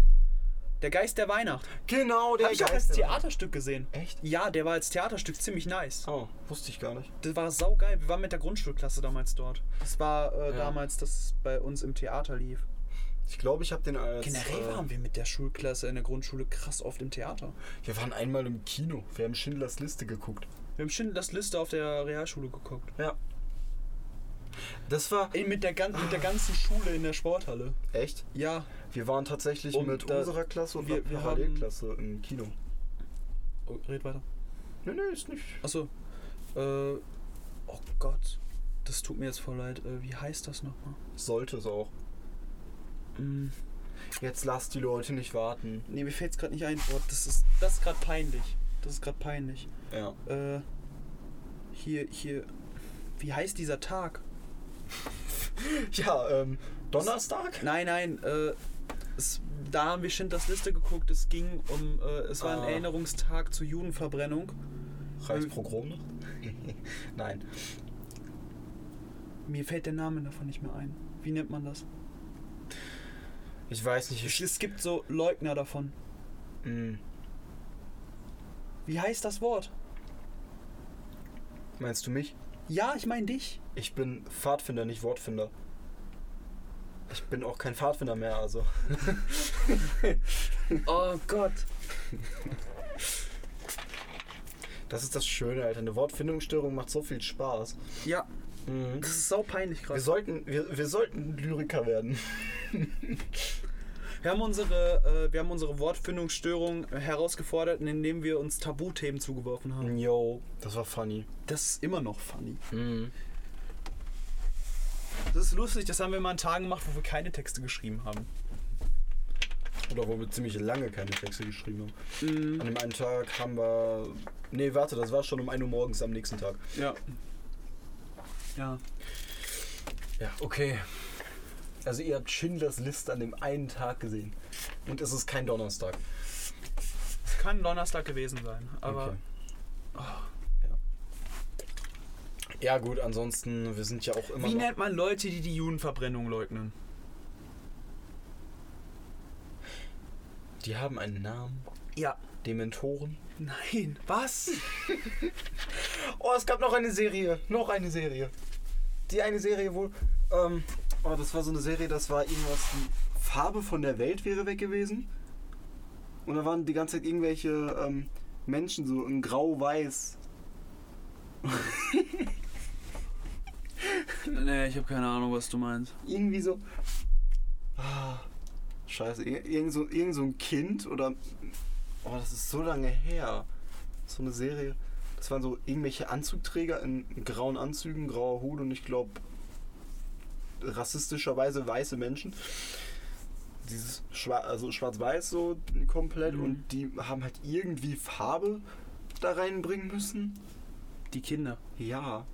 Speaker 1: Der Geist der Weihnacht.
Speaker 2: Genau, der
Speaker 1: Hab ich auch als
Speaker 2: Geist, der-
Speaker 1: Theaterstück gesehen.
Speaker 2: Echt?
Speaker 1: Ja, der war als Theaterstück ziemlich nice.
Speaker 2: Oh, wusste ich gar nicht.
Speaker 1: Das war saugeil. Wir waren mit der Grundschulklasse damals dort. Das war äh,
Speaker 2: Ja.
Speaker 1: damals, das bei uns im Theater lief.
Speaker 2: Ich glaube, ich habe den als.
Speaker 1: Generell
Speaker 2: äh,
Speaker 1: waren wir mit der Schulklasse in der Grundschule krass oft im Theater.
Speaker 2: Wir waren einmal im Kino. Wir haben Schindlers Liste geguckt.
Speaker 1: Wir haben Schindlers Liste auf der Realschule geguckt.
Speaker 2: Ja. Das war.
Speaker 1: Ey, mit, der gan mit der ganzen Schule in der Sporthalle.
Speaker 2: Echt?
Speaker 1: Ja,
Speaker 2: Wir waren tatsächlich
Speaker 1: Und
Speaker 2: mit
Speaker 1: da-
Speaker 2: unserer Klasse und
Speaker 1: wir-
Speaker 2: einer
Speaker 1: wir haben-
Speaker 2: Parallelklasse im Kino.
Speaker 1: oh, red weiter.
Speaker 2: Nee, nee, ist nicht.
Speaker 1: Achso. Äh, oh Gott. Das tut mir jetzt voll leid. Äh, wie heißt das nochmal?
Speaker 2: Sollte es auch.
Speaker 1: Mm.
Speaker 2: Jetzt lasst die Leute nicht warten.
Speaker 1: Nee, mir fällt's gerade nicht ein. Boah, das ist, das ist gerade peinlich. Das ist gerade peinlich.
Speaker 2: Ja.
Speaker 1: Äh, hier, hier. Wie heißt dieser Tag?
Speaker 2: Ja, ähm, Donnerstag?
Speaker 1: Nein, nein, äh, es, da haben wir Schindlers Liste geguckt. Es ging um, äh, es war
Speaker 2: Ah.
Speaker 1: ein Erinnerungstag zur Judenverbrennung.
Speaker 2: Reichspogrom noch? Nein.
Speaker 1: Mir fällt der Name davon nicht mehr ein. Wie nennt man das?
Speaker 2: Ich weiß nicht.
Speaker 1: Es,
Speaker 2: Ich,
Speaker 1: es gibt so Leugner davon.
Speaker 2: Mm.
Speaker 1: Wie heißt das Wort?
Speaker 2: Meinst du mich?
Speaker 1: Ja, ich meine dich.
Speaker 2: Ich bin Pfadfinder, nicht Wortfinder. Ich bin auch kein Pfadfinder mehr, also.
Speaker 1: Oh Gott.
Speaker 2: Das ist das Schöne, Alter. Eine Wortfindungsstörung macht so viel Spaß.
Speaker 1: Ja,
Speaker 2: Mhm.
Speaker 1: das ist sau peinlich
Speaker 2: Wir
Speaker 1: gerade.
Speaker 2: sollten, wir, wir sollten Lyriker werden.
Speaker 1: Wir haben unsere, äh, wir haben unsere Wortfindungsstörung herausgefordert, indem wir uns Tabuthemen zugeworfen haben.
Speaker 2: Yo, Mhm. das war funny.
Speaker 1: Das ist immer noch funny. Das ist lustig, das haben wir mal an Tagen gemacht, wo wir keine Texte geschrieben haben.
Speaker 2: Oder wo wir ziemlich lange keine Texte geschrieben haben.
Speaker 1: Mhm.
Speaker 2: An dem einen Tag haben wir. Nee, warte, das war schon um 1 Uhr morgens am nächsten Tag.
Speaker 1: Ja. Ja.
Speaker 2: Ja, okay. Also, ihr habt Schindlers Liste an dem einen Tag gesehen. Und es ist kein Donnerstag.
Speaker 1: Es kann Donnerstag gewesen sein, aber.
Speaker 2: Okay. Oh. Ja. ja, gut, ansonsten, wir sind ja auch immer.
Speaker 1: Wie
Speaker 2: noch
Speaker 1: nennt man Leute, die die Judenverbrennung leugnen?
Speaker 2: die haben einen Namen.
Speaker 1: Ja.
Speaker 2: Dementoren.
Speaker 1: Nein. Was?
Speaker 2: Oh, es gab noch eine Serie. Noch eine Serie. Die eine Serie wohl. Ähm, oh, das war so eine Serie, das war irgendwas. Die Farbe von der Welt wäre weg gewesen. Und da waren die ganze Zeit irgendwelche ähm, Menschen so in grau-weiß.
Speaker 1: Nee, ich habe keine Ahnung, was du meinst.
Speaker 2: Irgendwie so. Ah, scheiße, ir- irgend so, irgend so ein Kind oder. Oh, das ist so lange her. So eine Serie. Das waren so irgendwelche Anzugträger in grauen Anzügen, grauer Hut und ich glaube rassistischerweise weiße Menschen. Dieses Schwa also schwarz-weiß so komplett
Speaker 1: Mhm.
Speaker 2: und die haben halt irgendwie Farbe da reinbringen müssen.
Speaker 1: Die Kinder.
Speaker 2: Ja.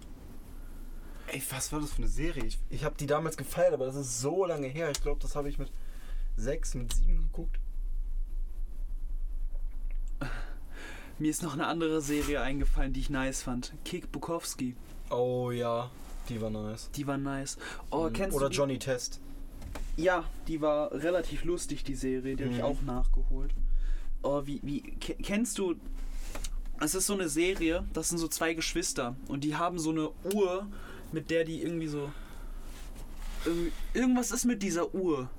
Speaker 2: Ey, was war das für eine Serie? Ich, ich habe die damals gefeiert, aber das ist so lange her. Ich glaube, das habe ich mit sechs, mit sieben geguckt.
Speaker 1: Mir ist noch eine andere Serie eingefallen, die ich nice fand. Kick Bukowski.
Speaker 2: Oh ja, die war nice. Hm,
Speaker 1: Die war nice. Oh, kennst
Speaker 2: Oder
Speaker 1: du die?
Speaker 2: Johnny Test.
Speaker 1: Ja, die war relativ lustig, die Serie. Die habe ich
Speaker 2: Mhm.
Speaker 1: auch nachgeholt. Oh, wie, wie, ke- kennst du. Es ist so eine Serie, das sind so zwei Geschwister. Und die haben so eine Uhr, mit der die irgendwie so. irgendwie- Irgendwas ist mit dieser Uhr.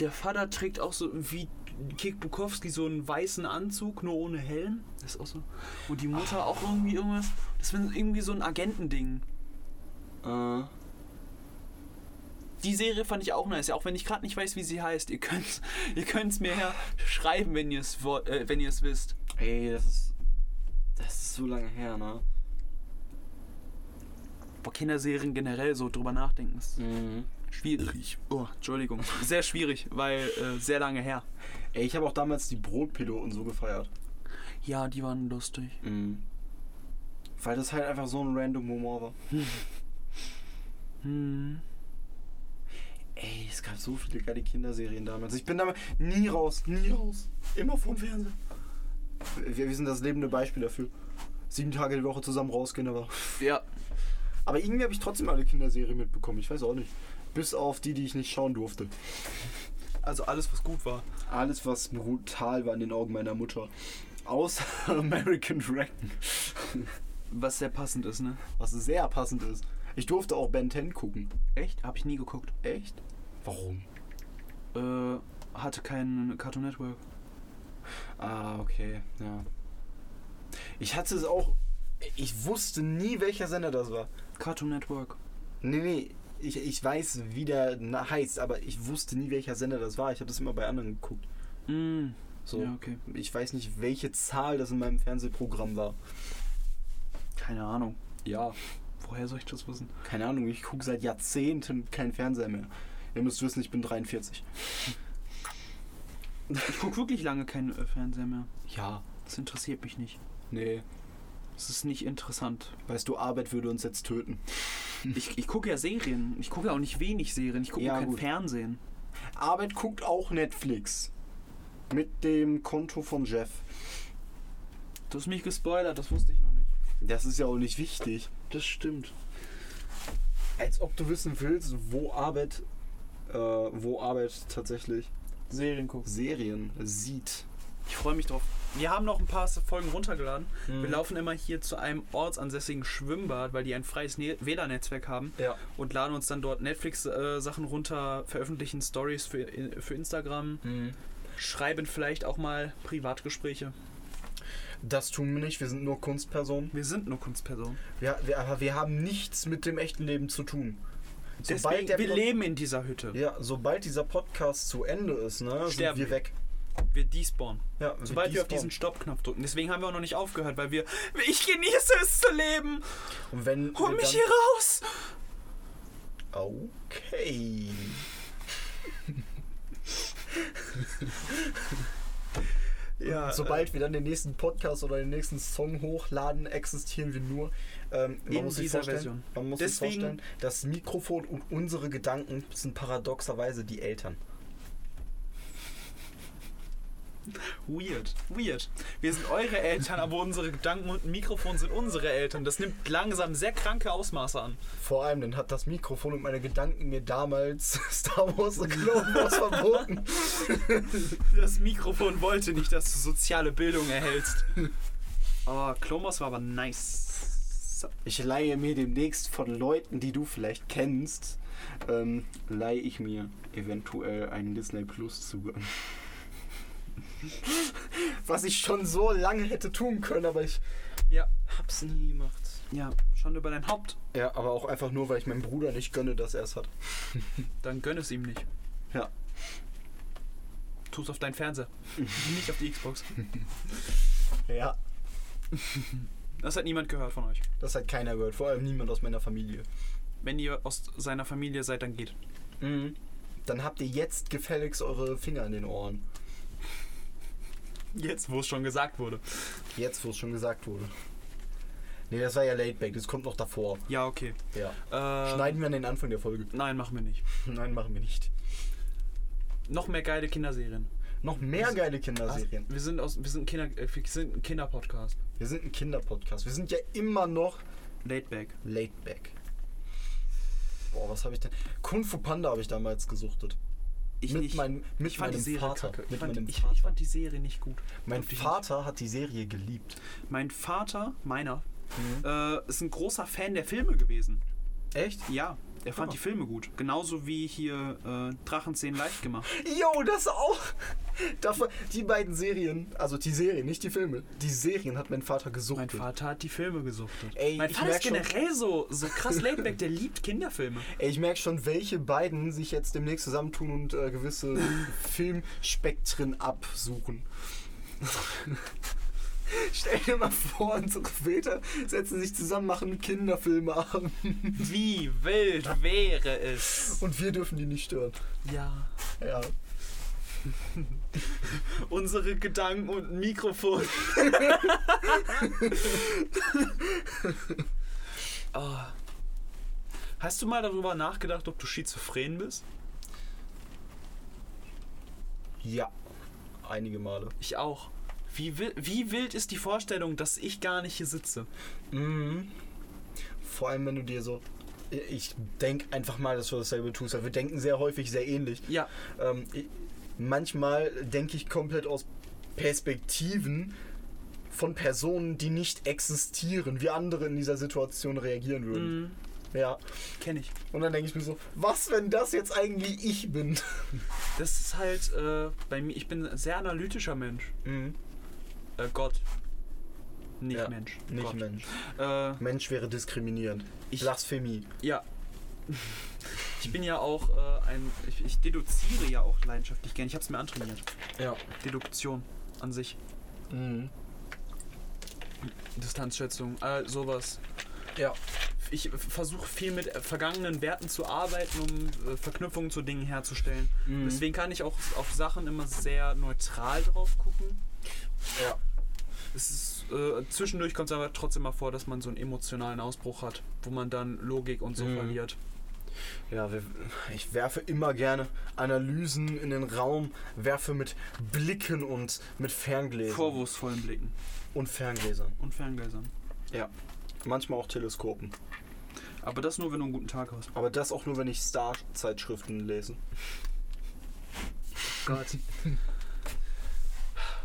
Speaker 1: Der Vater trägt auch so wie Kik Bukowski so einen weißen Anzug, nur ohne Helm. Das ist auch so. Und die Mutter auch irgendwie irgendwas. Das ist irgendwie so ein Agentending.
Speaker 2: Äh,
Speaker 1: Die Serie fand ich auch nice, auch wenn ich gerade nicht weiß, wie sie heißt. Ihr könnt ihr könnt's mir ja schreiben, wenn ihr es wo- äh, wenn ihr es wisst.
Speaker 2: ey, das ist. Das ist so lange her, ne?
Speaker 1: Boah, Kinderserien generell so drüber nachdenken ist
Speaker 2: Mhm.
Speaker 1: schwierig. Oh, Entschuldigung. Sehr schwierig, weil äh, sehr lange her.
Speaker 2: Ey, ich habe auch damals die Brotpiloten so gefeiert.
Speaker 1: Ja, die waren lustig.
Speaker 2: Mhm. Weil das halt einfach so ein random Humor war.
Speaker 1: Hm.
Speaker 2: Ey, es gab so viele geile Kinderserien damals. Also Ich bin damit nie raus, nie raus. Immer vorm Fernsehen. Wir, wir sind das lebende Beispiel dafür. Sieben Tage die Woche zusammen rausgehen, aber.
Speaker 1: Ja,
Speaker 2: Aber irgendwie habe ich trotzdem alle Kinderserien mitbekommen. Ich weiß auch nicht. Bis auf die, die ich nicht schauen durfte.
Speaker 1: also alles was gut war.
Speaker 2: Alles, was brutal war in den Augen meiner Mutter. Außer American Dragon.
Speaker 1: Was sehr passend ist, ne?
Speaker 2: Was sehr passend ist. Ich durfte auch Ben 10 gucken.
Speaker 1: Echt? Hab ich nie geguckt.
Speaker 2: Echt? Warum?
Speaker 1: Äh hatte keinen Cartoon Network.
Speaker 2: Ah, okay, ja. Ich hatte es auch. Ich wusste nie, welcher Sender das war.
Speaker 1: Cartoon Network.
Speaker 2: Nee, nee. Ich, ich weiß, wie der na- heißt, aber ich wusste nie, welcher Sender das war. Ich habe das immer bei anderen geguckt.
Speaker 1: Hm.
Speaker 2: So.
Speaker 1: Ja, okay.
Speaker 2: Ich weiß nicht, welche Zahl das in meinem Fernsehprogramm war.
Speaker 1: Keine Ahnung.
Speaker 2: Ja.
Speaker 1: Woher soll ich das wissen?
Speaker 2: Keine Ahnung, ich gucke seit Jahrzehnten keinen Fernseher mehr. Ihr müsst wissen, ich bin 43.
Speaker 1: Ich guck wirklich lange keinen äh, Fernseher mehr.
Speaker 2: Ja.
Speaker 1: Das interessiert mich nicht.
Speaker 2: Nee.
Speaker 1: Das ist nicht interessant.
Speaker 2: Weißt du, Arbeit würde uns jetzt töten.
Speaker 1: Ich, ich gucke ja Serien. Ich gucke ja auch nicht wenig Serien. Ich gucke
Speaker 2: Ja,
Speaker 1: nur kein
Speaker 2: gut.
Speaker 1: Fernsehen.
Speaker 2: Arbeit guckt auch Netflix. Mit dem Konto von Jeff.
Speaker 1: Du hast mich gespoilert, das wusste ich noch nicht.
Speaker 2: Das ist ja auch nicht wichtig. Das stimmt. Als ob du wissen willst, wo Arbeit, äh, wo Arbeit tatsächlich
Speaker 1: Serien gucken.
Speaker 2: Serien sieht.
Speaker 1: Ich freue mich drauf. Wir haben noch ein paar Folgen runtergeladen.
Speaker 2: Mhm.
Speaker 1: Wir laufen immer hier zu einem ortsansässigen Schwimmbad, weil die ein freies Ne- WLAN-Netzwerk haben
Speaker 2: Ja.
Speaker 1: und laden uns dann dort Netflix-Sachen runter, veröffentlichen Stories für, für Instagram,
Speaker 2: Mhm.
Speaker 1: schreiben vielleicht auch mal Privatgespräche.
Speaker 2: Das tun wir nicht, wir sind nur Kunstpersonen.
Speaker 1: Wir sind nur Kunstpersonen.
Speaker 2: Wir, wir, aber wir haben nichts mit dem echten Leben zu tun.
Speaker 1: Deswegen,
Speaker 2: der
Speaker 1: wir
Speaker 2: Pod-
Speaker 1: leben in dieser Hütte.
Speaker 2: Ja, sobald dieser Podcast zu Ende ist, ne,
Speaker 1: Sterben
Speaker 2: sind wir
Speaker 1: wir.
Speaker 2: weg.
Speaker 1: Wir despawnen.
Speaker 2: Ja,
Speaker 1: Sobald wir auf diesen
Speaker 2: despawnen.
Speaker 1: Stopp-Knopf drücken. Deswegen haben wir auch noch nicht aufgehört, weil wir. Ich genieße es zu leben!
Speaker 2: Und wenn
Speaker 1: Hol
Speaker 2: wir
Speaker 1: mich
Speaker 2: dann-
Speaker 1: hier raus!
Speaker 2: Okay.
Speaker 1: Ja, äh,
Speaker 2: Sobald wir dann den nächsten Podcast oder den nächsten Song hochladen, existieren wir nur. Ähm, man
Speaker 1: In
Speaker 2: muss sich
Speaker 1: dieser
Speaker 2: vorstellen-
Speaker 1: Version.
Speaker 2: Man muss
Speaker 1: Deswegen-
Speaker 2: sich vorstellen, das Mikrofon und unsere Gedanken sind paradoxerweise die Eltern.
Speaker 1: äh, Weird. Weird. Wir sind eure Eltern, aber unsere Gedanken und ein Mikrofon sind unsere Eltern. Das nimmt langsam sehr kranke Ausmaße an.
Speaker 2: Vor allem, dann hat das Mikrofon und meine Gedanken mir damals Star Wars und Clone Wars verboten.
Speaker 1: Das Mikrofon wollte nicht, dass du soziale Bildung erhältst. Oh, Klomos war aber nice.
Speaker 2: Ich leihe mir demnächst von Leuten, die du vielleicht kennst, ähm, leihe ich mir eventuell einen Disney Plus Zugang. Was ich schon so lange hätte tun können, aber ich
Speaker 1: Ja,
Speaker 2: hab's nie gemacht.
Speaker 1: Ja, Schande über dein Haupt.
Speaker 2: Ja, aber auch einfach nur, weil ich meinem Bruder nicht gönne, dass er es hat.
Speaker 1: Dann gönn es ihm nicht.
Speaker 2: Ja.
Speaker 1: Tu es auf deinen Fernseher. nicht auf die Xbox.
Speaker 2: Ja.
Speaker 1: Das hat niemand gehört von euch.
Speaker 2: Das hat keiner gehört, vor allem niemand aus meiner Familie.
Speaker 1: Wenn ihr aus seiner Familie seid, dann geht.
Speaker 2: Mhm. Dann habt ihr jetzt gefälligst eure Finger in den Ohren.
Speaker 1: Jetzt, wo es schon gesagt wurde.
Speaker 2: Jetzt, wo es schon gesagt wurde. Nee, das war ja Lateback, das kommt noch davor.
Speaker 1: Ja, okay.
Speaker 2: Ja.
Speaker 1: Äh,
Speaker 2: Schneiden wir an den Anfang der Folge.
Speaker 1: Nein, machen wir nicht.
Speaker 2: Nein, machen wir nicht.
Speaker 1: Noch mehr geile Kinderserien.
Speaker 2: Noch mehr geile Kinderserien.
Speaker 1: Wir sind aus, wir sind ein Kinder, äh, wir sind ein Kinderpodcast.
Speaker 2: Wir sind ein Kinderpodcast. Wir sind ja immer noch
Speaker 1: Lateback.
Speaker 2: Lateback. Boah, was habe ich denn? Kung Fu Panda habe ich damals gesuchtet.
Speaker 1: Ich
Speaker 2: mit
Speaker 1: nicht.
Speaker 2: meinem, mit
Speaker 1: ich fand die
Speaker 2: meinem
Speaker 1: Serie
Speaker 2: Vater.
Speaker 1: kacke. Ich
Speaker 2: Mit
Speaker 1: fand,
Speaker 2: meinem
Speaker 1: ich,
Speaker 2: Vater.
Speaker 1: ich fand die Serie nicht gut.
Speaker 2: mein
Speaker 1: Wirklich
Speaker 2: Vater hat die Serie geliebt.
Speaker 1: nicht. Mein Vater, meiner,
Speaker 2: Mhm.
Speaker 1: äh, ist ein großer Fan der Filme gewesen.
Speaker 2: Echt?
Speaker 1: Ja, er fand
Speaker 2: Ah.
Speaker 1: die Filme gut. Genauso wie hier äh, Drachenzähne leicht gemacht.
Speaker 2: Jo, das auch. Davon, die beiden Serien, also die Serien, nicht die Filme. Die Serien hat mein Vater
Speaker 1: Mein
Speaker 2: gesuchtet.
Speaker 1: Vater hat die Filme gesuchtet.
Speaker 2: Ey,
Speaker 1: mein
Speaker 2: ich
Speaker 1: Vater ist
Speaker 2: merk schon-
Speaker 1: generell so, so krass Lateback, der liebt Kinderfilme.
Speaker 2: Ey, ich merke schon, welche beiden sich jetzt demnächst zusammentun und äh, gewisse Filmspektren absuchen. Stell dir mal vor, unsere Väter setzen sich zusammen, machen Kinderfilmeabend
Speaker 1: Wie wild wäre es?
Speaker 2: und wir dürfen die nicht stören.
Speaker 1: Ja.
Speaker 2: Ja.
Speaker 1: Unsere Gedanken und ein Mikrofon. oh. Hast du mal darüber nachgedacht, ob du schizophren bist?
Speaker 2: Ja. Einige Male.
Speaker 1: Ich auch. Wie, wi- wie wild ist die Vorstellung, dass ich gar nicht hier sitze?
Speaker 2: Mhm. Vor allem, wenn du dir so. Ich denke einfach mal, dass du dasselbe tust, weil wir denken sehr häufig sehr ähnlich.
Speaker 1: Ja,
Speaker 2: Ähm, ich, manchmal denke ich komplett aus Perspektiven von Personen, die nicht existieren, wie andere in dieser Situation reagieren würden.
Speaker 1: mhm,
Speaker 2: Ja.
Speaker 1: kenne ich.
Speaker 2: Und dann denke ich mir so, was, wenn das jetzt eigentlich ich bin?
Speaker 1: Das ist halt äh, bei mir, ich bin ein sehr analytischer Mensch. Äh, Gott. Nicht
Speaker 2: Ja,
Speaker 1: Mensch.
Speaker 2: Nicht
Speaker 1: Gott.
Speaker 2: Mensch.
Speaker 1: Äh,
Speaker 2: Mensch wäre diskriminierend.
Speaker 1: Ich-
Speaker 2: Blasphemie.
Speaker 1: Ja. Ich bin ja auch äh, ein. Ich, ich deduziere ja auch leidenschaftlich gern. Ich habe es mir antrainiert.
Speaker 2: Ja.
Speaker 1: Deduktion an sich.
Speaker 2: Mhm.
Speaker 1: Distanzschätzung, äh, sowas.
Speaker 2: Ja.
Speaker 1: Ich versuche viel mit äh, vergangenen Werten zu arbeiten, um äh, Verknüpfungen zu Dingen herzustellen.
Speaker 2: Mhm.
Speaker 1: Deswegen kann ich auch auf Sachen immer sehr neutral drauf gucken.
Speaker 2: Ja.
Speaker 1: Es ist, äh, zwischendurch kommt es aber trotzdem mal vor, dass man so einen emotionalen Ausbruch hat, wo man dann Logik und so
Speaker 2: Mhm.
Speaker 1: verliert.
Speaker 2: Ja, wir, ich werfe immer gerne Analysen in den Raum, werfe mit Blicken und mit Ferngläsern.
Speaker 1: Vorwurfsvollen Blicken
Speaker 2: Und Ferngläsern.
Speaker 1: und Ferngläsern.
Speaker 2: Manchmal auch Teleskopen.
Speaker 1: Aber das nur, wenn du einen guten Tag hast.
Speaker 2: Aber das auch nur, wenn ich Star-Zeitschriften lese.
Speaker 1: Gott.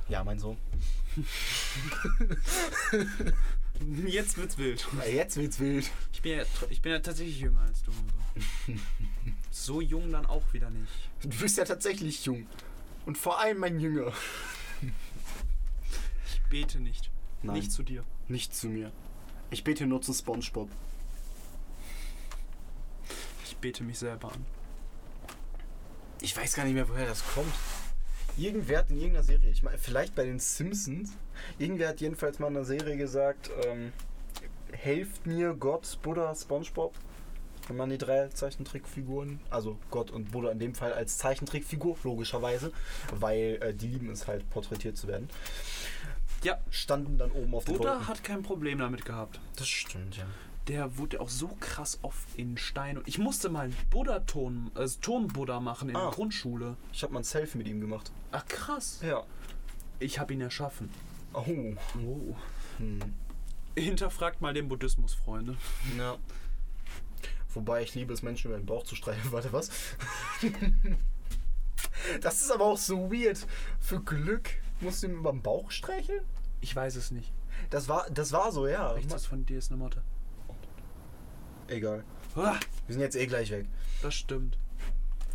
Speaker 2: Ja, mein Sohn.
Speaker 1: Jetzt wird's wild.
Speaker 2: Jetzt wird's wild.
Speaker 1: Ich bin ja, tr- ich bin ja tatsächlich jünger als du. aber So jung dann auch wieder nicht.
Speaker 2: Du bist ja tatsächlich jung. Und vor allem mein Jünger.
Speaker 1: Ich bete nicht.
Speaker 2: Nein,
Speaker 1: Nicht zu dir.
Speaker 2: nicht zu mir. Ich bete nur zu Spongebob.
Speaker 1: Ich bete mich selber an.
Speaker 2: Ich weiß gar nicht mehr, woher das kommt. Irgendwer hat in irgendeiner Serie, ich meine, vielleicht bei den Simpsons, irgendwer hat jedenfalls mal in einer Serie gesagt, ähm, helft mir Gott, Buddha, Spongebob. Wenn man die drei Zeichentrickfiguren, also Gott und Buddha in dem Fall als Zeichentrickfigur, logischerweise, weil äh, die lieben es halt, porträtiert zu werden,
Speaker 1: Ja,
Speaker 2: standen dann oben auf den
Speaker 1: Buddha
Speaker 2: Wolken.
Speaker 1: hat kein Problem damit gehabt.
Speaker 2: Das stimmt, ja.
Speaker 1: Der wurde auch so krass oft in Stein. Und ich musste mal einen Buddha-Ton, äh, Turm-Buddha machen in
Speaker 2: Ah.
Speaker 1: der Grundschule.
Speaker 2: Ich habe mal ein Selfie mit ihm gemacht.
Speaker 1: Ach krass.
Speaker 2: Ja.
Speaker 1: Ich habe ihn erschaffen.
Speaker 2: Oh.
Speaker 1: Oh.
Speaker 2: Hm.
Speaker 1: Hinterfragt mal den Buddhismus, Freunde.
Speaker 2: Ja. Wobei ich liebe es, Menschen über den Bauch zu streicheln. Warte, was? Das ist aber auch so weird. Für Glück musst du ihm über den Bauch streicheln?
Speaker 1: Ich weiß es nicht.
Speaker 2: Das war, das war so, ja.
Speaker 1: Rechts ist von dir ist eine Motte.
Speaker 2: Egal.
Speaker 1: Ah,
Speaker 2: Wir sind jetzt eh gleich weg.
Speaker 1: das stimmt.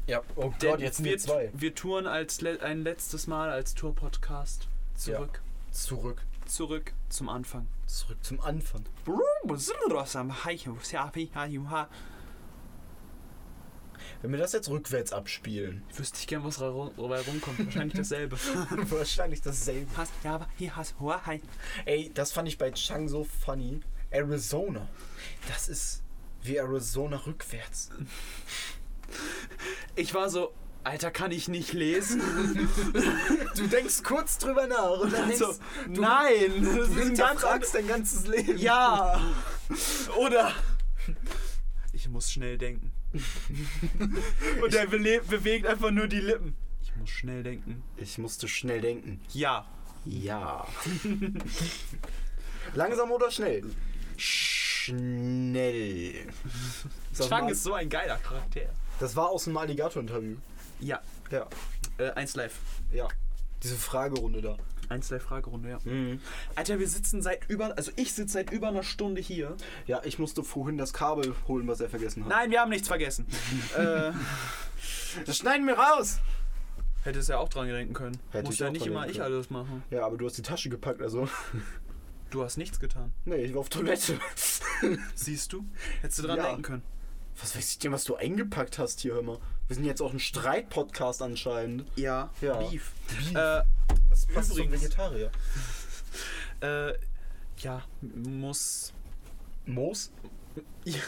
Speaker 2: Ja, oh
Speaker 1: Denn wir, wir touren als le ein letztes Mal als Tour-Podcast zurück.
Speaker 2: Zurück.
Speaker 1: zurück zum Anfang.
Speaker 2: Zurück zum Anfang.
Speaker 1: Wüsste
Speaker 2: Wenn wir das jetzt rückwärts abspielen,
Speaker 1: ich gern, was dabei rumkommt. Wahrscheinlich dasselbe.
Speaker 2: wahrscheinlich dasselbe.
Speaker 1: Hast ja, aber hier hast Huahai.
Speaker 2: Ey, das fand ich bei Chang so funny. Arizona. Das ist wie Arizona rückwärts.
Speaker 1: Ich war so, Alter, kann ich nicht lesen?
Speaker 2: Du denkst kurz drüber nach und dann
Speaker 1: so,
Speaker 2: denkst
Speaker 1: Also, nein, das
Speaker 2: du,
Speaker 1: ist ein ganz
Speaker 2: hinterfragst dein ganzes Leben.
Speaker 1: Ja. Oder. Ich muss schnell denken. Und er bele- bewegt einfach nur die Lippen. Ich muss schnell denken.
Speaker 2: Ich musste schnell denken.
Speaker 1: Ja.
Speaker 2: Ja. Langsam oder schnell? Schnell. Das
Speaker 1: Chang
Speaker 2: war,
Speaker 1: ist so ein geiler Charakter.
Speaker 2: das war aus dem Alligator-Interview.
Speaker 1: Ja.
Speaker 2: Ja.
Speaker 1: Äh, 1 live.
Speaker 2: Ja. Diese Fragerunde da.
Speaker 1: 1 live Fragerunde, ja.
Speaker 2: Mhm.
Speaker 1: Alter, wir sitzen seit über. Also ich sitze seit über einer Stunde hier.
Speaker 2: Ja, ich musste vorhin das Kabel holen, was er vergessen hat.
Speaker 1: Nein, wir haben nichts vergessen. äh,
Speaker 2: Das schneiden wir raus!
Speaker 1: hätte es ja auch dran denken können.
Speaker 2: Hätte
Speaker 1: muss
Speaker 2: ich
Speaker 1: ja
Speaker 2: auch
Speaker 1: nicht
Speaker 2: dran
Speaker 1: immer
Speaker 2: denken
Speaker 1: ich
Speaker 2: können.
Speaker 1: alles machen.
Speaker 2: Ja, aber du hast die Tasche gepackt, also.
Speaker 1: Du hast nichts getan.
Speaker 2: Nee, ich war auf Toilette.
Speaker 1: Siehst du? Hättest du dran
Speaker 2: Ja.
Speaker 1: denken können.
Speaker 2: Was weiß ich denn, was du eingepackt hast hier, hör mal. Wir sind jetzt auch ein Streit-Podcast anscheinend.
Speaker 1: Ja.
Speaker 2: Ja.
Speaker 1: Beef.
Speaker 2: Beef.
Speaker 1: Äh,
Speaker 2: Was
Speaker 1: passt zum
Speaker 2: Vegetarier?
Speaker 1: Äh, ja, m- muss.
Speaker 2: Moos?
Speaker 1: Ich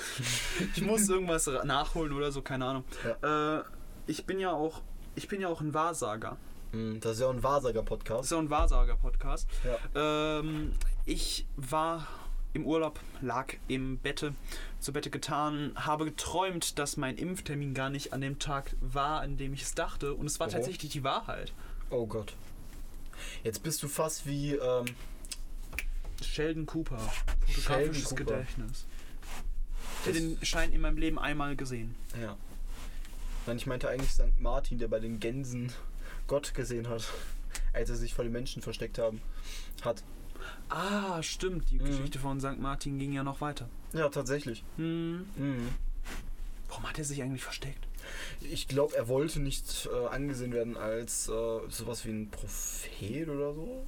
Speaker 1: muss irgendwas ra- nachholen oder so, keine Ahnung. Äh, ich bin ja auch. Ich bin ja auch ein Wahrsager.
Speaker 2: Hm, Das ist ja auch ein
Speaker 1: Das
Speaker 2: Wahrsager-Podcast.
Speaker 1: ist ja ein Wahrsager-Podcast.
Speaker 2: Ja.
Speaker 1: Ähm, ich war im Urlaub, lag im Bette, zu Bette getan, habe geträumt, dass mein Impftermin gar nicht an dem Tag war, an dem ich es dachte. Und es war
Speaker 2: Oho.
Speaker 1: tatsächlich die Wahrheit.
Speaker 2: Oh Gott. Jetzt bist du fast wie, ähm,
Speaker 1: Sheldon Cooper,
Speaker 2: Sheldon
Speaker 1: fotografisches
Speaker 2: Cooper.
Speaker 1: Gedächtnis. Ich
Speaker 2: Das-
Speaker 1: habe den Schein in meinem Leben einmal gesehen.
Speaker 2: ja. Nein, ich meinte eigentlich St. Martin, der bei den Gänsen Gott gesehen hat, als er sich vor den Menschen versteckt haben, hat.
Speaker 1: Ah, stimmt. Die
Speaker 2: Mhm.
Speaker 1: Geschichte von St. Martin ging ja noch weiter.
Speaker 2: Ja, tatsächlich.
Speaker 1: Hm.
Speaker 2: Mhm.
Speaker 1: Warum hat er sich eigentlich versteckt?
Speaker 2: Ich glaube, er wollte nicht äh, angesehen werden als äh, sowas wie ein Prophet oder so.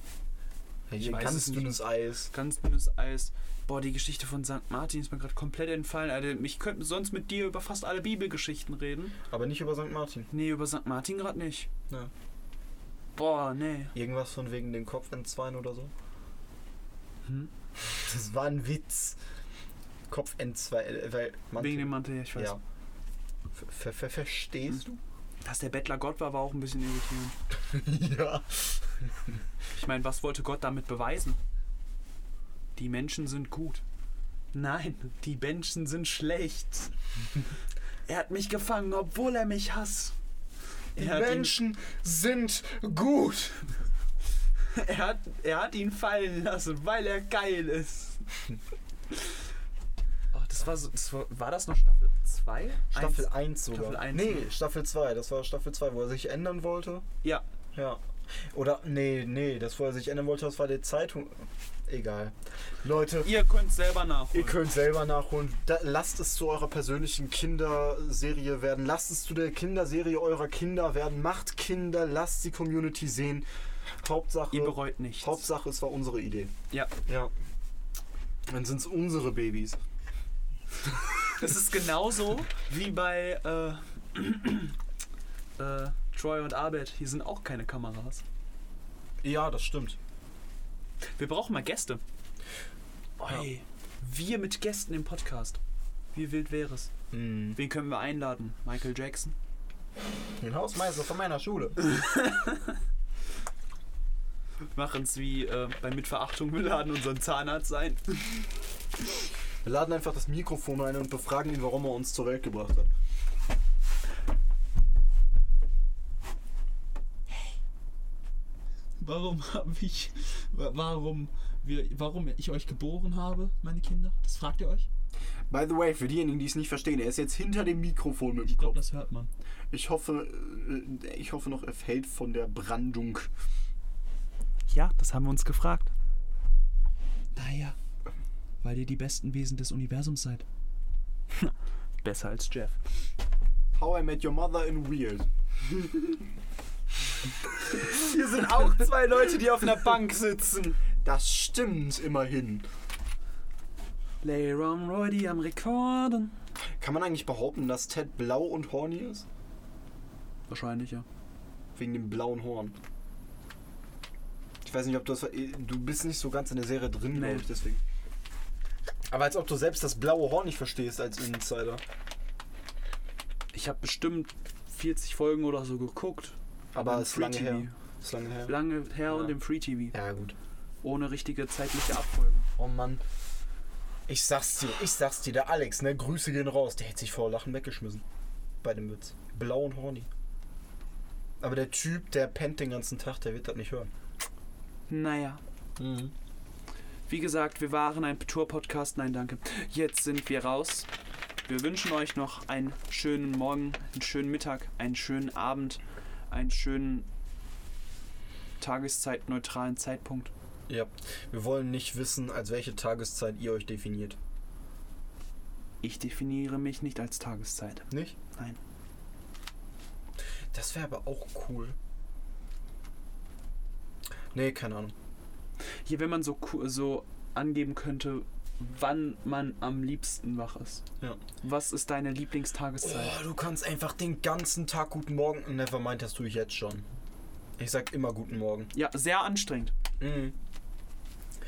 Speaker 1: Ich
Speaker 2: Hier
Speaker 1: weiß es
Speaker 2: ganz
Speaker 1: nicht.
Speaker 2: dünnes Eis.
Speaker 1: Ganz dünnes Eis. Boah, die Geschichte von St. Martin ist mir gerade komplett entfallen. Alter, ich könnte sonst mit dir über fast alle Bibelgeschichten reden.
Speaker 2: Aber nicht über St. Martin.
Speaker 1: Nee, über St. Martin gerade nicht.
Speaker 2: Ja.
Speaker 1: Boah, nee.
Speaker 2: Irgendwas von wegen den Kopf entzweien oder so?
Speaker 1: Hm?
Speaker 2: Das war ein Witz. Kopf entzweien, äh, weil Mantel.
Speaker 1: Wegen dem Mantel, ja, ich weiß.
Speaker 2: Ja. Ver- Ver ver verstehst
Speaker 1: Hm?
Speaker 2: du?
Speaker 1: Dass der Bettler Gott war, war auch ein bisschen irritierend.
Speaker 2: ja.
Speaker 1: Ich meine, was wollte Gott damit beweisen? Die Menschen sind gut. Nein, die Menschen sind schlecht. er hat mich gefangen, obwohl er mich hasst.
Speaker 2: Die
Speaker 1: hat ihn
Speaker 2: Menschen sind gut.
Speaker 1: Er hat, er hat ihn fallen lassen, weil er geil ist. Oh, das war so. Das war, war das noch Staffel 2?
Speaker 2: Staffel 1 sogar.
Speaker 1: Staffel eins. ne?
Speaker 2: Nee, Staffel 2. Das war Staffel 2, wo er sich ändern wollte.
Speaker 1: Ja.
Speaker 2: Ja. Oder, nee, nee, das, wo er sich ändern wollte, das war die Zeitung. Egal. Leute,
Speaker 1: Ihr könnt selber nachholen.
Speaker 2: Ihr könnt selber nachholen. Da, lasst es zu eurer persönlichen Kinderserie werden. Lasst es zu der Kinderserie eurer Kinder werden. Macht Kinder, lasst die Community sehen. Hauptsache,
Speaker 1: Ihr bereut nichts.
Speaker 2: Hauptsache, es war unsere Idee.
Speaker 1: Ja.
Speaker 2: Ja. Dann sind es unsere Babys.
Speaker 1: Das ist genauso wie bei äh, äh, Troy und Abed. Hier sind auch keine Kameras.
Speaker 2: Ja, das stimmt.
Speaker 1: Wir brauchen mal Gäste. Oi. Wir mit Gästen im Podcast. Wie wild wäre es?
Speaker 2: Mhm.
Speaker 1: Wen können wir einladen? Michael Jackson?
Speaker 2: Den Hausmeister von meiner Schule.
Speaker 1: Machen es wie äh, bei Mitverachtung. Wir laden unseren Zahnarzt ein.
Speaker 2: Wir laden einfach das Mikrofon ein und befragen ihn, warum er uns zur Welt gebracht hat.
Speaker 1: warum habe ich, wa- warum wir, warum ich euch geboren habe, meine Kinder? Das fragt ihr euch?
Speaker 2: By the way, für diejenigen, die es nicht verstehen, er ist jetzt hinter dem Mikrofon mit dem
Speaker 1: Ich
Speaker 2: Kopf.
Speaker 1: glaube, das hört man.
Speaker 2: Ich hoffe, äh, ich hoffe noch, er fällt von der Brandung.
Speaker 1: Ja, das haben wir uns gefragt. Naja, weil ihr die besten Wesen des Universums seid. Besser als Jeff.
Speaker 2: How I Met Your Mother in Weird.
Speaker 1: Hier sind auch zwei Leute, die auf einer Bank sitzen.
Speaker 2: Das stimmt immerhin.
Speaker 1: Leron Roydy am Rekorden.
Speaker 2: Kann man eigentlich behaupten, dass Ted blau und horny ist?
Speaker 1: Wahrscheinlich, ja.
Speaker 2: Wegen dem blauen Horn. Ich weiß nicht, ob du das. äh, Du bist nicht so ganz in der Serie drin,
Speaker 1: Nee.
Speaker 2: glaube ich, deswegen. Aber als ob du selbst das blaue Horn nicht verstehst als Insider.
Speaker 1: Ich habe bestimmt 40 Folgen oder so geguckt.
Speaker 2: Aber
Speaker 1: im
Speaker 2: ist lange
Speaker 1: Free-TV.
Speaker 2: her. Ist lange her.
Speaker 1: Lange her
Speaker 2: Ja.
Speaker 1: und im Free TV.
Speaker 2: Ja, gut.
Speaker 1: Ohne richtige zeitliche Abfolge.
Speaker 2: Oh Mann. Ich sag's dir, ich sag's dir, der Alex, ne? Grüße gehen raus. Der hätte sich vor Lachen weggeschmissen. Bei dem Witz. Blau und horny. Aber der Typ, der pennt den ganzen Tag, der wird das nicht hören.
Speaker 1: Naja. Wie gesagt, wir waren ein Tour-Podcast. Nein, danke. Jetzt sind wir raus. Wir wünschen euch noch einen schönen Morgen, einen schönen Mittag, einen schönen Abend, einen schönen tageszeitneutralen Zeitpunkt.
Speaker 2: Ja. Wir wollen nicht wissen, als welche Tageszeit ihr euch definiert.
Speaker 1: Ich definiere mich nicht als Tageszeit.
Speaker 2: Nicht?
Speaker 1: Nein.
Speaker 2: Das wäre aber auch cool. Nee, keine Ahnung.
Speaker 1: Hier, wenn man so, ku- so angeben könnte, wann man am liebsten wach ist.
Speaker 2: Ja.
Speaker 1: Was ist deine Lieblingstageszeit?
Speaker 2: Oh, du kannst einfach den ganzen Tag guten Morgen. Never mind, das tue ich jetzt schon. Ich sag immer guten Morgen.
Speaker 1: Ja, sehr anstrengend.
Speaker 2: Mhm.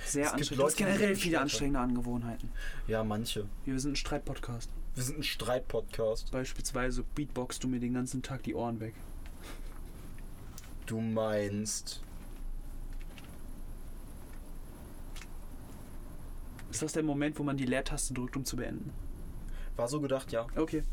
Speaker 1: Sehr
Speaker 2: Es gibt
Speaker 1: anstrengend.
Speaker 2: Leute,
Speaker 1: du hast generell
Speaker 2: die-
Speaker 1: viele anstrengende Angewohnheiten.
Speaker 2: Ja, manche.
Speaker 1: Wir sind ein Streit-Podcast.
Speaker 2: Wir sind ein Streit-Podcast.
Speaker 1: Beispielsweise beatboxst du mir den ganzen Tag die Ohren weg.
Speaker 2: Du meinst.
Speaker 1: Ist das der Moment, wo man die Leertaste drückt, um zu beenden?
Speaker 2: War so gedacht, ja.
Speaker 1: Okay.